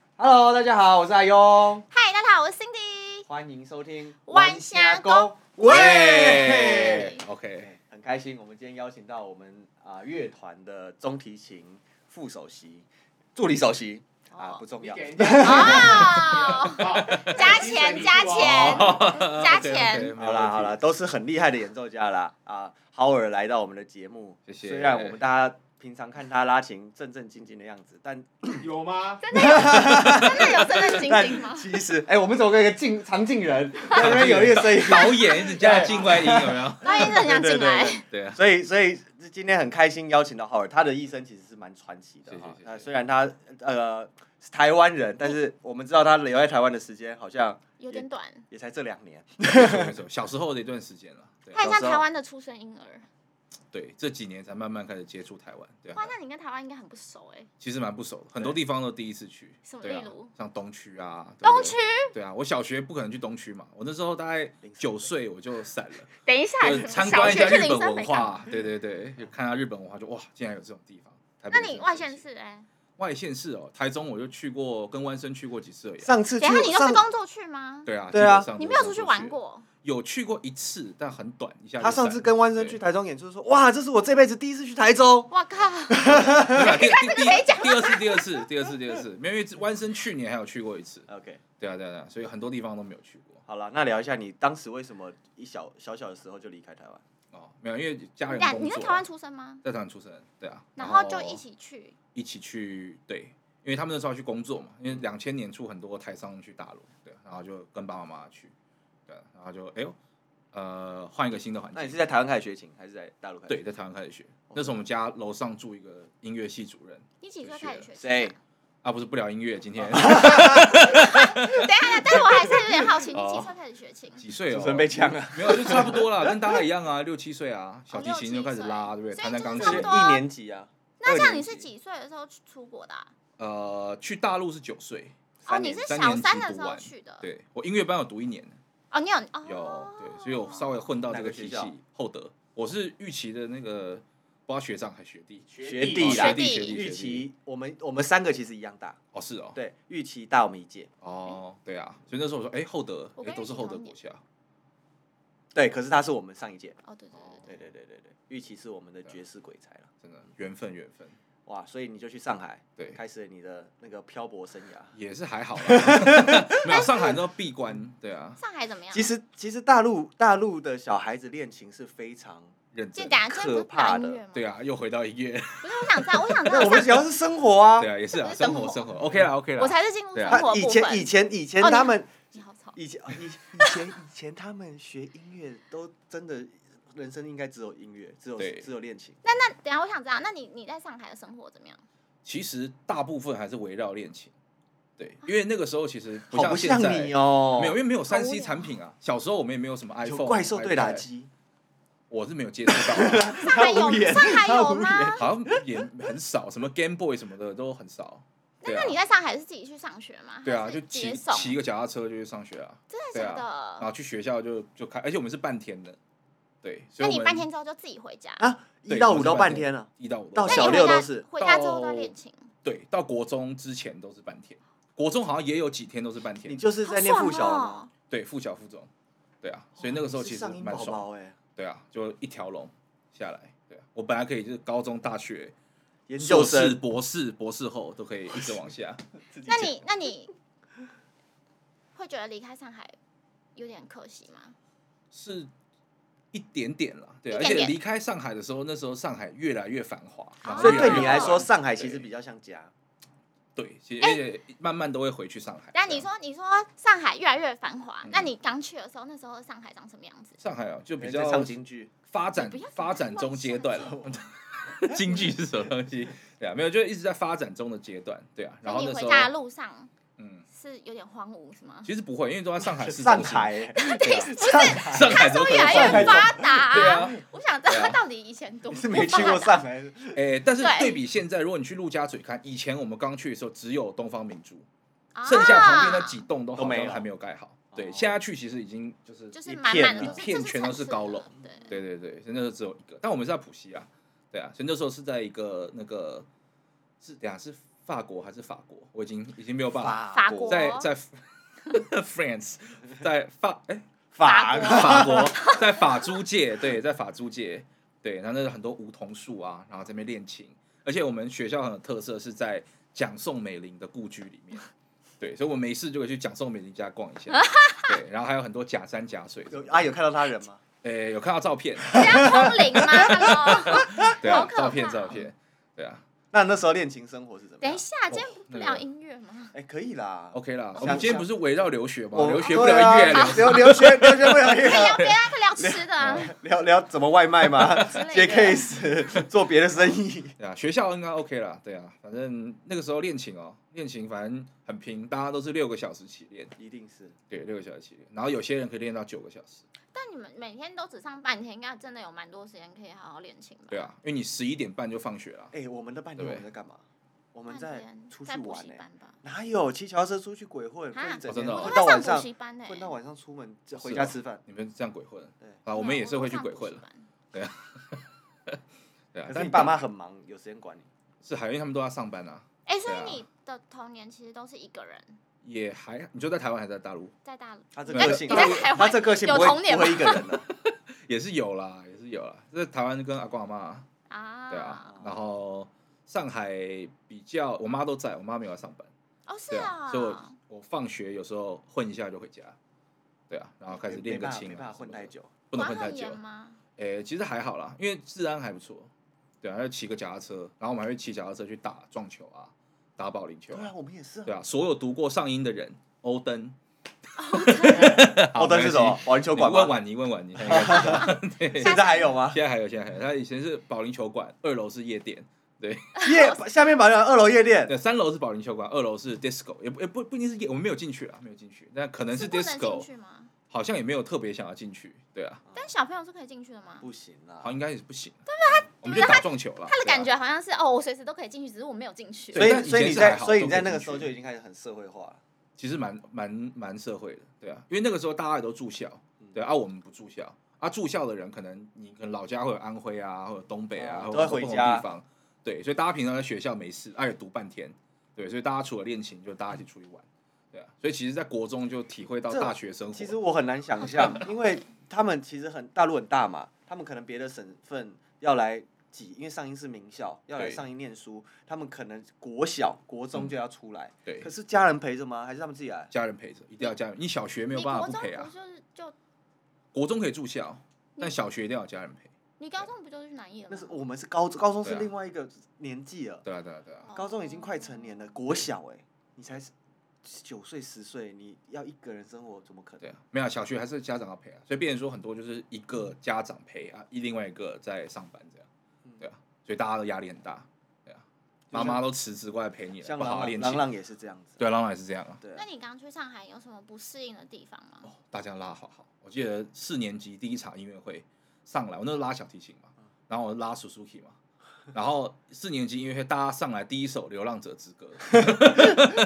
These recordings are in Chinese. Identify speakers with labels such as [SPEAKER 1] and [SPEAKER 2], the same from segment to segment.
[SPEAKER 1] 好，我是阿庸，
[SPEAKER 2] 嗨，大家好，我是 Cindy。
[SPEAKER 1] 欢迎收听
[SPEAKER 2] 弯虾公
[SPEAKER 1] 喂
[SPEAKER 2] 喂。
[SPEAKER 3] OK，
[SPEAKER 1] 很开心，我们今天邀请到我们啊乐团的中提琴副首席、助理首席啊
[SPEAKER 2] 哦
[SPEAKER 1] 不重
[SPEAKER 4] 你
[SPEAKER 1] 要，
[SPEAKER 4] 给人
[SPEAKER 2] 哦，
[SPEAKER 4] 家
[SPEAKER 2] 加钱加钱，
[SPEAKER 3] 哦
[SPEAKER 2] 加钱，
[SPEAKER 1] 好啦好啦，，都是很厉害的演奏家啦啊！豪尔来到我们的节目，
[SPEAKER 3] 谢谢
[SPEAKER 1] 虽然我们大家平常看他拉琴正正经经的样子，但
[SPEAKER 4] 有吗？
[SPEAKER 2] 真的有真的有真正晶晶
[SPEAKER 1] 但
[SPEAKER 2] 吗？
[SPEAKER 1] 其实哎、我们怎么有一个近常进 人，在那边有一个声音，
[SPEAKER 3] 导演一直加境外音有没 有？
[SPEAKER 2] 他一直很想进来，
[SPEAKER 3] 对啊，
[SPEAKER 1] 所以，所以今天很开心邀请到浩尔，他的一生其实是蛮传奇的
[SPEAKER 3] 谢谢
[SPEAKER 1] 哈
[SPEAKER 3] 谢。谢
[SPEAKER 1] 那虽然他呃是台湾人，但是我们知道他留在台湾的时间好像
[SPEAKER 2] 有点短，
[SPEAKER 1] 也才这两年。
[SPEAKER 3] 没错没错小时候的一段时间了，对啊
[SPEAKER 2] 他
[SPEAKER 1] 太
[SPEAKER 2] 很像台湾的出生婴儿。
[SPEAKER 3] 对，这几年才慢慢开始接触台湾，对啊
[SPEAKER 2] 哇，，那你跟台湾应该很不熟哎。
[SPEAKER 3] 其实蛮不熟，很多地方都第一次去，
[SPEAKER 2] 什么
[SPEAKER 3] 对啊
[SPEAKER 2] 例如，
[SPEAKER 3] 像东区啊，对不
[SPEAKER 2] 东
[SPEAKER 3] 对
[SPEAKER 2] 区，，
[SPEAKER 3] 对啊，我小学不可能去东区嘛，我那时候大概九岁我就散了。
[SPEAKER 2] 等一下
[SPEAKER 3] 就是，参
[SPEAKER 2] 小
[SPEAKER 3] 观一
[SPEAKER 2] 学
[SPEAKER 3] 下
[SPEAKER 2] 去
[SPEAKER 3] 日
[SPEAKER 2] 林
[SPEAKER 3] 本
[SPEAKER 2] 森北
[SPEAKER 3] 文
[SPEAKER 2] 上。
[SPEAKER 3] 化，对对对，就看下日本文化，就哇，竟然有这种地方。台北
[SPEAKER 2] 那
[SPEAKER 3] 有这
[SPEAKER 2] 你
[SPEAKER 3] 种
[SPEAKER 2] 外
[SPEAKER 3] 事
[SPEAKER 2] 县
[SPEAKER 3] 情
[SPEAKER 2] 市哎？
[SPEAKER 3] 外县市哦，台中我就去过，跟湾生去过几次而已啊。
[SPEAKER 1] 上次
[SPEAKER 2] 等
[SPEAKER 1] 去
[SPEAKER 2] 一下，你都
[SPEAKER 1] 上
[SPEAKER 2] 是工作去吗？
[SPEAKER 3] 对啊，
[SPEAKER 1] 对啊
[SPEAKER 3] 基本上
[SPEAKER 2] 你
[SPEAKER 3] 都
[SPEAKER 2] 没有
[SPEAKER 3] 是
[SPEAKER 2] 出去
[SPEAKER 3] 我
[SPEAKER 2] 玩？过？
[SPEAKER 3] 有去过一次，但很短，一下就
[SPEAKER 1] 他上
[SPEAKER 3] 散
[SPEAKER 1] 次
[SPEAKER 3] 了
[SPEAKER 1] 跟万生去台中演出，说哇，这是我这辈子第一次去台中。
[SPEAKER 2] 哇靠！
[SPEAKER 3] 对 对啊第第第
[SPEAKER 2] 谁讲
[SPEAKER 3] 第二次，第二次，第二次，第二次，没有，因为湾生去年还有去过一次，
[SPEAKER 1] OK，
[SPEAKER 3] 对啊，对啊，对啊，所以很多地方都没有去过
[SPEAKER 1] 好了，那聊一下你当时为什么一小小小的时候就离开台湾？
[SPEAKER 3] 哦，没有，因为家人
[SPEAKER 2] 你在
[SPEAKER 3] 工
[SPEAKER 2] 你在
[SPEAKER 3] 作
[SPEAKER 2] 台湾
[SPEAKER 3] 啊
[SPEAKER 2] 出生吗？
[SPEAKER 3] 在台湾出生，对啊，
[SPEAKER 2] 然后就一起去，
[SPEAKER 3] 一起去，对，因为他们那时候要去工作嘛，因为两千年初很多台商去大陆，对，然后就跟爸爸妈妈去，对，然后就哎呦，呃，换一个新的环
[SPEAKER 1] 那你是
[SPEAKER 3] 境，
[SPEAKER 1] 在台湾开始学琴，还是在大陆开始？
[SPEAKER 3] 对，，在台湾开始学。那时候我们家楼上住一个音乐系主任，
[SPEAKER 2] 你几岁开始学？
[SPEAKER 1] 谁？
[SPEAKER 3] 啊，不是不聊音乐，今 天
[SPEAKER 1] 啊
[SPEAKER 2] 等一下，但是我还是有点好奇，你几
[SPEAKER 3] 哦
[SPEAKER 2] 岁开始学琴？
[SPEAKER 3] 几岁
[SPEAKER 1] 主
[SPEAKER 3] 哦
[SPEAKER 1] 持？人被呛了。
[SPEAKER 3] 没有，就差不多啦，跟大家一样啊，六七岁啊，小
[SPEAKER 2] 哦
[SPEAKER 3] 提琴就开始拉，对不对？
[SPEAKER 2] 六七
[SPEAKER 3] 弹弹钢
[SPEAKER 2] 差所以
[SPEAKER 3] 琴
[SPEAKER 2] 不就。多啊
[SPEAKER 1] 一年级啊，
[SPEAKER 2] 那这样你
[SPEAKER 1] 二
[SPEAKER 2] 是
[SPEAKER 1] 年级
[SPEAKER 2] 几岁的时候去出国的啊？
[SPEAKER 3] 呃，去大陆是九岁，
[SPEAKER 2] 哦，
[SPEAKER 1] 三
[SPEAKER 2] 你
[SPEAKER 1] 年
[SPEAKER 2] 是
[SPEAKER 1] 级
[SPEAKER 3] 三
[SPEAKER 2] 小
[SPEAKER 3] 年
[SPEAKER 2] 三
[SPEAKER 3] 级
[SPEAKER 2] 的
[SPEAKER 3] 读
[SPEAKER 2] 时候
[SPEAKER 3] 完
[SPEAKER 2] 去的？
[SPEAKER 3] 对我音乐班有读一年，
[SPEAKER 2] 哦，你有哦，
[SPEAKER 3] 有对，所以我稍微混到这体系
[SPEAKER 1] 哪个学校。
[SPEAKER 3] 厚德，我是预期的那个，不知道学长还学弟哦
[SPEAKER 1] 学
[SPEAKER 4] 弟
[SPEAKER 1] 弟啦
[SPEAKER 3] 学弟
[SPEAKER 2] 学
[SPEAKER 3] 学
[SPEAKER 2] 弟
[SPEAKER 3] 弟
[SPEAKER 1] 预
[SPEAKER 3] 学弟
[SPEAKER 1] 期我们我们三个其实一样大，
[SPEAKER 3] 哦是哦，
[SPEAKER 1] 对，预期大我们一届，
[SPEAKER 3] 哦对啊，所以那时候我说哎厚德
[SPEAKER 2] 我，跟
[SPEAKER 3] 哎都
[SPEAKER 2] 你
[SPEAKER 3] 是
[SPEAKER 2] 是
[SPEAKER 3] 厚德
[SPEAKER 2] 同
[SPEAKER 3] 国校，
[SPEAKER 1] 对，可是他是我们上一届，
[SPEAKER 2] 哦，对
[SPEAKER 1] 对
[SPEAKER 2] 对对对
[SPEAKER 1] 对对对对，预期是我们的
[SPEAKER 3] 对啊
[SPEAKER 1] 绝世鬼才了，
[SPEAKER 3] 真的缘分缘分，
[SPEAKER 1] 哇，所以你就去上海，
[SPEAKER 3] 对，
[SPEAKER 1] 开始了你的那个漂泊生
[SPEAKER 2] 啊
[SPEAKER 1] 涯。
[SPEAKER 3] 也是还好啦， 没有上海都闭关，对啊
[SPEAKER 2] 对，，上海怎么样？
[SPEAKER 1] 其实其实大陆大陆的小孩子练琴是非 常，
[SPEAKER 3] 认
[SPEAKER 2] 这
[SPEAKER 3] 真，
[SPEAKER 2] 等一下这
[SPEAKER 1] 可
[SPEAKER 2] 不打
[SPEAKER 1] 怕
[SPEAKER 2] 音
[SPEAKER 1] 的
[SPEAKER 2] 乐吗？
[SPEAKER 3] 对啊，又回到音乐，
[SPEAKER 2] 不是，我想知道，我想知道
[SPEAKER 1] 那 我们
[SPEAKER 2] 上，
[SPEAKER 1] 主要是生活啊
[SPEAKER 3] 对，啊也是啊，
[SPEAKER 2] 这哦不是生活嗯
[SPEAKER 3] 生活生活 OK 啦 OK 啦，
[SPEAKER 2] 我才是进入
[SPEAKER 3] 对
[SPEAKER 2] 生
[SPEAKER 3] 啊
[SPEAKER 2] 活
[SPEAKER 1] 他
[SPEAKER 2] 部
[SPEAKER 1] 以
[SPEAKER 2] 分。
[SPEAKER 1] 前以前以前
[SPEAKER 2] 哦你
[SPEAKER 1] 他们
[SPEAKER 2] 你好吵，
[SPEAKER 1] 以前以以前 以前他们学音乐都真的人生应该只有音乐，只有
[SPEAKER 3] 对
[SPEAKER 1] 只有练琴，
[SPEAKER 2] 那那等一下我想知道，那你你在上海的生活怎么样？
[SPEAKER 3] 其实大部分还是围绕恋情，对，因为那个时候其实不
[SPEAKER 1] 好不
[SPEAKER 3] 像现
[SPEAKER 1] 像
[SPEAKER 3] 在
[SPEAKER 1] 你哦，
[SPEAKER 3] 没有，因为没有三
[SPEAKER 2] 好无
[SPEAKER 3] C
[SPEAKER 2] 聊
[SPEAKER 3] 产品啊。小时候我们也没有什么 iPhone
[SPEAKER 1] 有
[SPEAKER 3] 啊、
[SPEAKER 1] 怪兽对打
[SPEAKER 3] iPad，
[SPEAKER 1] 机，
[SPEAKER 3] 我是没有接触到，啊
[SPEAKER 2] 上
[SPEAKER 1] 他
[SPEAKER 2] 海
[SPEAKER 1] 无
[SPEAKER 2] 有
[SPEAKER 1] 言
[SPEAKER 2] 上海
[SPEAKER 1] 他
[SPEAKER 2] 有
[SPEAKER 1] 无
[SPEAKER 2] 吗？
[SPEAKER 3] 好像也很少，什么 Game Boy 什么的都很少。
[SPEAKER 2] 那
[SPEAKER 3] 对
[SPEAKER 2] 那
[SPEAKER 3] 啊
[SPEAKER 2] 你，在上海是自己去上学吗？
[SPEAKER 3] 对啊，
[SPEAKER 2] 还
[SPEAKER 3] 就是骑
[SPEAKER 2] 接送？
[SPEAKER 3] 骑个脚踏车就去上学啊，
[SPEAKER 2] 真的
[SPEAKER 3] 对
[SPEAKER 2] 假
[SPEAKER 3] 啊然
[SPEAKER 2] 的？
[SPEAKER 3] 后去学校就就开，而且我们是半天的，对，所
[SPEAKER 2] 那
[SPEAKER 3] 以
[SPEAKER 2] 你
[SPEAKER 3] 我们
[SPEAKER 2] 半天之后就自己回家？
[SPEAKER 1] 啊，一
[SPEAKER 3] 对
[SPEAKER 1] 到
[SPEAKER 3] 我们
[SPEAKER 1] 五
[SPEAKER 3] 是
[SPEAKER 1] 都
[SPEAKER 3] 半
[SPEAKER 1] 半
[SPEAKER 3] 天
[SPEAKER 1] 天啊了，
[SPEAKER 3] 一到五
[SPEAKER 1] 到
[SPEAKER 2] 那
[SPEAKER 1] 小
[SPEAKER 2] 你
[SPEAKER 1] 六
[SPEAKER 2] 回家
[SPEAKER 1] 都是
[SPEAKER 2] 回家之后在
[SPEAKER 3] 到
[SPEAKER 2] 练琴，
[SPEAKER 3] 对到国中之前都是半天，国中好像也有几天都是半
[SPEAKER 1] 你
[SPEAKER 3] 天，
[SPEAKER 1] 就是
[SPEAKER 2] 好
[SPEAKER 1] 在念
[SPEAKER 2] 爽
[SPEAKER 1] 附小了吗
[SPEAKER 2] 哦？
[SPEAKER 3] 对，附小附中，对啊，所以那个时候其实
[SPEAKER 1] 哦上瘾
[SPEAKER 3] 蛮
[SPEAKER 1] 宝
[SPEAKER 3] 爽，
[SPEAKER 1] 宝哎，
[SPEAKER 3] 对啊，就一条龙下来，对啊，我本来可以就是高中、大学
[SPEAKER 1] 研究
[SPEAKER 3] 硕士、
[SPEAKER 1] 生，
[SPEAKER 3] 博士、博士后都可以一直往下。
[SPEAKER 2] 那你那 你会觉得离开上海有点可惜吗？
[SPEAKER 3] 是一点点啦，对啊，
[SPEAKER 2] 一点点
[SPEAKER 3] 而且离开上海的时候，那时候上海越来越繁华，然后
[SPEAKER 1] 所以
[SPEAKER 3] 越
[SPEAKER 1] 对
[SPEAKER 3] 越
[SPEAKER 1] 你来说，
[SPEAKER 3] 繁华
[SPEAKER 1] 上海其实比较像家。
[SPEAKER 3] 对，其实而且慢慢都会回去上海。
[SPEAKER 2] 但哎你
[SPEAKER 3] 这样
[SPEAKER 2] 说你说上海越来越繁华，
[SPEAKER 3] 啊嗯
[SPEAKER 2] 那你刚去的时候，那时候上海长什么样子？
[SPEAKER 3] 上海啊，就比
[SPEAKER 1] 比
[SPEAKER 3] 较
[SPEAKER 1] 较唱京剧，
[SPEAKER 3] 发展
[SPEAKER 2] 你不要
[SPEAKER 3] 发展中阶段了。 经济是什么东西？对啊，没有，就一直在发展中的阶段，对啊。然
[SPEAKER 2] 所以
[SPEAKER 3] 后
[SPEAKER 2] 你
[SPEAKER 3] 那
[SPEAKER 2] 回
[SPEAKER 3] 时
[SPEAKER 2] 家的
[SPEAKER 3] 候，
[SPEAKER 2] 路上
[SPEAKER 3] 嗯，
[SPEAKER 2] 是有点荒芜是吗？
[SPEAKER 3] 其实不会，因为都在上海市
[SPEAKER 1] 上
[SPEAKER 3] 中心，
[SPEAKER 1] 海，
[SPEAKER 3] 对啊，
[SPEAKER 1] 上海，
[SPEAKER 3] 上海都
[SPEAKER 2] 都
[SPEAKER 3] 可
[SPEAKER 2] 越
[SPEAKER 3] 以
[SPEAKER 2] 来越发达、
[SPEAKER 3] 对啊，
[SPEAKER 2] 我想知
[SPEAKER 3] 对
[SPEAKER 2] 道
[SPEAKER 3] 啊
[SPEAKER 2] 到底以前多
[SPEAKER 1] 你
[SPEAKER 2] 么
[SPEAKER 1] 是没去过上海？
[SPEAKER 3] 哎，但是
[SPEAKER 2] 对
[SPEAKER 3] 对比现在，如果你去陆家嘴看，以前我们刚去的时候只有东方明珠，
[SPEAKER 2] 啊
[SPEAKER 3] 剩下旁边那几栋都
[SPEAKER 1] 都
[SPEAKER 3] 好
[SPEAKER 1] 没
[SPEAKER 3] 像
[SPEAKER 1] 有
[SPEAKER 3] 还没有盖好。
[SPEAKER 1] 哦
[SPEAKER 3] 对，现在去其实已经就是
[SPEAKER 2] 就是
[SPEAKER 3] 一
[SPEAKER 2] 满满的
[SPEAKER 1] 一
[SPEAKER 2] 就
[SPEAKER 3] 片
[SPEAKER 2] 这
[SPEAKER 3] 全都是
[SPEAKER 2] 城市
[SPEAKER 3] 高
[SPEAKER 2] 了
[SPEAKER 3] 楼
[SPEAKER 2] 对，
[SPEAKER 3] 对对对，所以那时候只有一个，但我们是在浦西啊，对啊，所以那时候是在一个那个是等一下是法国还是法国，我已经已经没有办法
[SPEAKER 2] 法
[SPEAKER 1] 国
[SPEAKER 2] 国
[SPEAKER 3] 在在 France 在法哎、
[SPEAKER 1] 法
[SPEAKER 2] 法
[SPEAKER 1] 国
[SPEAKER 3] 法国 在法租界，对，在法租界，对，然后那是很多梧桐树啊，然后这边练琴，而且我们学校很有特色，是在蒋宋美龄的故居里面，对，所以我没事就会去蒋宋美龄家逛一 下，对，然后还有很多假山假水，
[SPEAKER 1] 有啊有看到他人吗？
[SPEAKER 3] 诶、有看到照 片，
[SPEAKER 2] 这 样通灵啊吗？Hello，
[SPEAKER 3] 对啊
[SPEAKER 2] 好，可怕
[SPEAKER 3] 照片
[SPEAKER 2] 哦
[SPEAKER 3] 照片，对啊
[SPEAKER 1] 那那时候恋情生活是怎么
[SPEAKER 2] 等
[SPEAKER 1] 样
[SPEAKER 2] 一？下，
[SPEAKER 3] 哦
[SPEAKER 2] 这样不
[SPEAKER 3] 那
[SPEAKER 2] 聊
[SPEAKER 3] 个
[SPEAKER 2] 音乐吗？
[SPEAKER 1] 哎，可以啦。
[SPEAKER 3] ，OK 啦，
[SPEAKER 1] 想
[SPEAKER 3] 我们今天不是围绕留学吗？
[SPEAKER 1] 我
[SPEAKER 3] 哦留学不聊音乐，
[SPEAKER 1] 对啊
[SPEAKER 3] 聊
[SPEAKER 1] 留留学留学不了音
[SPEAKER 2] 可以聊
[SPEAKER 1] 乐，
[SPEAKER 3] 啊
[SPEAKER 2] 别的，可以聊吃的 啊
[SPEAKER 1] 聊聊怎么外卖吗？
[SPEAKER 2] 之类
[SPEAKER 1] 接
[SPEAKER 2] 的。
[SPEAKER 1] case 做别的生意。
[SPEAKER 3] 对啊，学校应该 OK 啦，对啊，反正那个时候练琴哦，练琴反正很拼，大家都是六个小时起练，
[SPEAKER 1] 一定是
[SPEAKER 3] 对，六个小时起练，然后有些人可以练到九个小时，
[SPEAKER 2] 但你们每天都只上半天，应该真的有蛮多时间可以好好练琴吧？
[SPEAKER 3] 对啊，因为你十一点半就放学了，
[SPEAKER 1] 哎、我们的半天
[SPEAKER 3] 对
[SPEAKER 1] 我们在干嘛？我们
[SPEAKER 2] 半
[SPEAKER 1] 在
[SPEAKER 2] 天
[SPEAKER 1] 出去
[SPEAKER 2] 在补
[SPEAKER 1] 玩
[SPEAKER 2] 习
[SPEAKER 1] 呢、
[SPEAKER 2] 班吧，
[SPEAKER 1] 哪有骑脚踏车出去鬼混，混
[SPEAKER 2] 啊
[SPEAKER 1] 一整
[SPEAKER 3] 哦真
[SPEAKER 1] 天，
[SPEAKER 3] 的哦
[SPEAKER 2] 我
[SPEAKER 1] 混
[SPEAKER 2] 都
[SPEAKER 1] 到
[SPEAKER 2] 在
[SPEAKER 1] 晚
[SPEAKER 2] 上
[SPEAKER 1] 上
[SPEAKER 2] 补，习班呢。
[SPEAKER 1] 混到晚上出门就回
[SPEAKER 3] 是
[SPEAKER 1] 家
[SPEAKER 3] 哦
[SPEAKER 1] 吃饭。
[SPEAKER 3] 你们这样鬼混
[SPEAKER 1] 对，
[SPEAKER 3] 啊，
[SPEAKER 2] 嗯
[SPEAKER 3] 我们也是会去鬼混
[SPEAKER 2] 的
[SPEAKER 3] 的，。对啊，对啊
[SPEAKER 1] 可，是
[SPEAKER 3] 但
[SPEAKER 1] 你爸妈很忙，有时间管你。
[SPEAKER 3] 是海，因为他们都要上班啊，
[SPEAKER 2] 哎、所
[SPEAKER 3] 对啊
[SPEAKER 2] 以你的童年其实都是一个人
[SPEAKER 3] 也还你就在台湾还是在大陆，
[SPEAKER 2] 在大陆，
[SPEAKER 1] 他这
[SPEAKER 3] 没有
[SPEAKER 1] 个性，
[SPEAKER 3] 你在
[SPEAKER 2] 台湾
[SPEAKER 1] 他这个性不会
[SPEAKER 2] 有童年
[SPEAKER 1] 不
[SPEAKER 2] 吗
[SPEAKER 1] 会一个人 的。
[SPEAKER 3] 也是有啦，也是有啦，在台湾跟阿公阿妈啊，
[SPEAKER 2] 啊，
[SPEAKER 3] 对啊，然后上海比较，我妈都在，我妈没有要上班。
[SPEAKER 2] 哦是
[SPEAKER 3] 对啊，所以
[SPEAKER 2] 啊，
[SPEAKER 3] 我我放学有时候混一下就回家，对啊，然后开始
[SPEAKER 1] 没
[SPEAKER 3] 练个
[SPEAKER 1] 没办法
[SPEAKER 3] 琴、啊，
[SPEAKER 1] 没办法混太，久。
[SPEAKER 3] 不能混太
[SPEAKER 2] 很
[SPEAKER 3] 久
[SPEAKER 2] 严。吗？
[SPEAKER 3] 诶、其实还好啦，因为治安还不错，对啊，要骑个脚踏车，然后我们还会骑脚踏车去打撞球啊，打保龄球、
[SPEAKER 1] 对
[SPEAKER 3] 啊
[SPEAKER 1] 啊，，我们也是啊
[SPEAKER 3] 对。啊，所有读过上音的人，欧 登，啊
[SPEAKER 1] 哦，但是什么？保龄球
[SPEAKER 3] 球
[SPEAKER 1] 馆
[SPEAKER 3] 问
[SPEAKER 1] 吗？
[SPEAKER 3] 婉妮，问婉妮，她应该知道
[SPEAKER 1] 现在还有 吗？
[SPEAKER 3] 现在还有，现在还有，他以前是保龄球馆，二楼是夜店，
[SPEAKER 1] 夜下面保龄二楼夜店，
[SPEAKER 3] 对，三楼是保龄球馆，二楼是 disco，也不也不不一定是夜，我们没有进去啊，没有进去，但可能是
[SPEAKER 2] 不能
[SPEAKER 3] disco，
[SPEAKER 2] 进去吗？
[SPEAKER 3] 好像也没有特别想要进去，对啊，
[SPEAKER 2] 但小朋友是可以进去的吗？
[SPEAKER 1] 不行啊
[SPEAKER 3] 好像
[SPEAKER 1] 啦。
[SPEAKER 3] 应该也是不行。对吧？我们就打撞球了。
[SPEAKER 2] 啊他的
[SPEAKER 3] 对啊
[SPEAKER 2] 感，觉好像是哦，我随时都可以进去，只是我没有进去。
[SPEAKER 1] 所
[SPEAKER 3] 对但
[SPEAKER 1] 以
[SPEAKER 3] 以前
[SPEAKER 1] 所以你
[SPEAKER 3] 是
[SPEAKER 1] 在
[SPEAKER 3] 还好
[SPEAKER 1] 所以
[SPEAKER 3] 都
[SPEAKER 1] 你
[SPEAKER 3] 可以
[SPEAKER 1] 在那个
[SPEAKER 3] 进
[SPEAKER 1] 时候
[SPEAKER 3] 去
[SPEAKER 1] 就已经开始很社会化了。
[SPEAKER 3] 其实蛮蛮蛮社会的，对啊，因为那个时候大家也都住校，
[SPEAKER 1] 嗯
[SPEAKER 3] 对啊，啊我们不住校啊，住校的人可能你可能老家会有安徽啊，或者东北啊，
[SPEAKER 1] 啊都
[SPEAKER 3] 或
[SPEAKER 1] 会
[SPEAKER 3] 者不
[SPEAKER 1] 回
[SPEAKER 3] 同
[SPEAKER 1] 家
[SPEAKER 3] 地方，对，所以大家平常在学校没事，哎、也读半天，对，所以大家除了练琴，就大家一起出去玩，对啊，所以其实，在国中就体会到
[SPEAKER 1] 这
[SPEAKER 3] 大学生活，
[SPEAKER 1] 其实我很难想 象，因为他们其实很大陆很大嘛，他们可能别的省份要来挤，因为上音是名校，要来
[SPEAKER 3] 对嗯
[SPEAKER 1] 上音念书，他们可能国小、国中就要出来。
[SPEAKER 3] 对
[SPEAKER 1] 可是家人陪着吗？还是他们自己来？
[SPEAKER 3] 家人陪着，一定要家人，你小学没有
[SPEAKER 2] 你
[SPEAKER 3] 办
[SPEAKER 2] 国
[SPEAKER 3] 法
[SPEAKER 2] 中
[SPEAKER 3] 不陪啊
[SPEAKER 2] 不，就是就
[SPEAKER 3] 国中可以住校，但小学一定要有家人陪，
[SPEAKER 2] 你高中不就是去南艺了吗？
[SPEAKER 1] 那是我们是高中，高中是
[SPEAKER 3] 对啊
[SPEAKER 1] 另外一个年纪了，
[SPEAKER 3] 对啊，对啊，对啊，
[SPEAKER 2] 哦
[SPEAKER 1] 高中已经快成年了，国小哎、你才九岁十岁，你要一个人生活怎么可能？
[SPEAKER 3] 对啊，没有小学还是家长要陪啊，所以变成说很多就是一个家长陪啊，一另外一个在上班这样，对啊，所以大家都压力很大，对啊，
[SPEAKER 1] 嗯就
[SPEAKER 3] 妈
[SPEAKER 1] 像
[SPEAKER 3] 妈都辞职过来陪你了，
[SPEAKER 1] 像
[SPEAKER 3] 不好
[SPEAKER 1] 朗
[SPEAKER 3] 好
[SPEAKER 1] 朗
[SPEAKER 3] 练
[SPEAKER 1] 朗
[SPEAKER 3] 琴，
[SPEAKER 1] 朗也是这样子。
[SPEAKER 3] 对啊，朗朗也是这样啊，
[SPEAKER 1] 对
[SPEAKER 2] 那
[SPEAKER 1] 啊，
[SPEAKER 2] 你刚去上海有什么不适应的地方 吗？
[SPEAKER 3] 哦，大家拉好好，我记得四年级第一场音乐会上来，我那时候拉小提琴嘛，
[SPEAKER 1] 嗯
[SPEAKER 3] 然后我拉 Suzuki 嘛。然后四年级音乐会，大家上来第一首《流浪者之 歌》，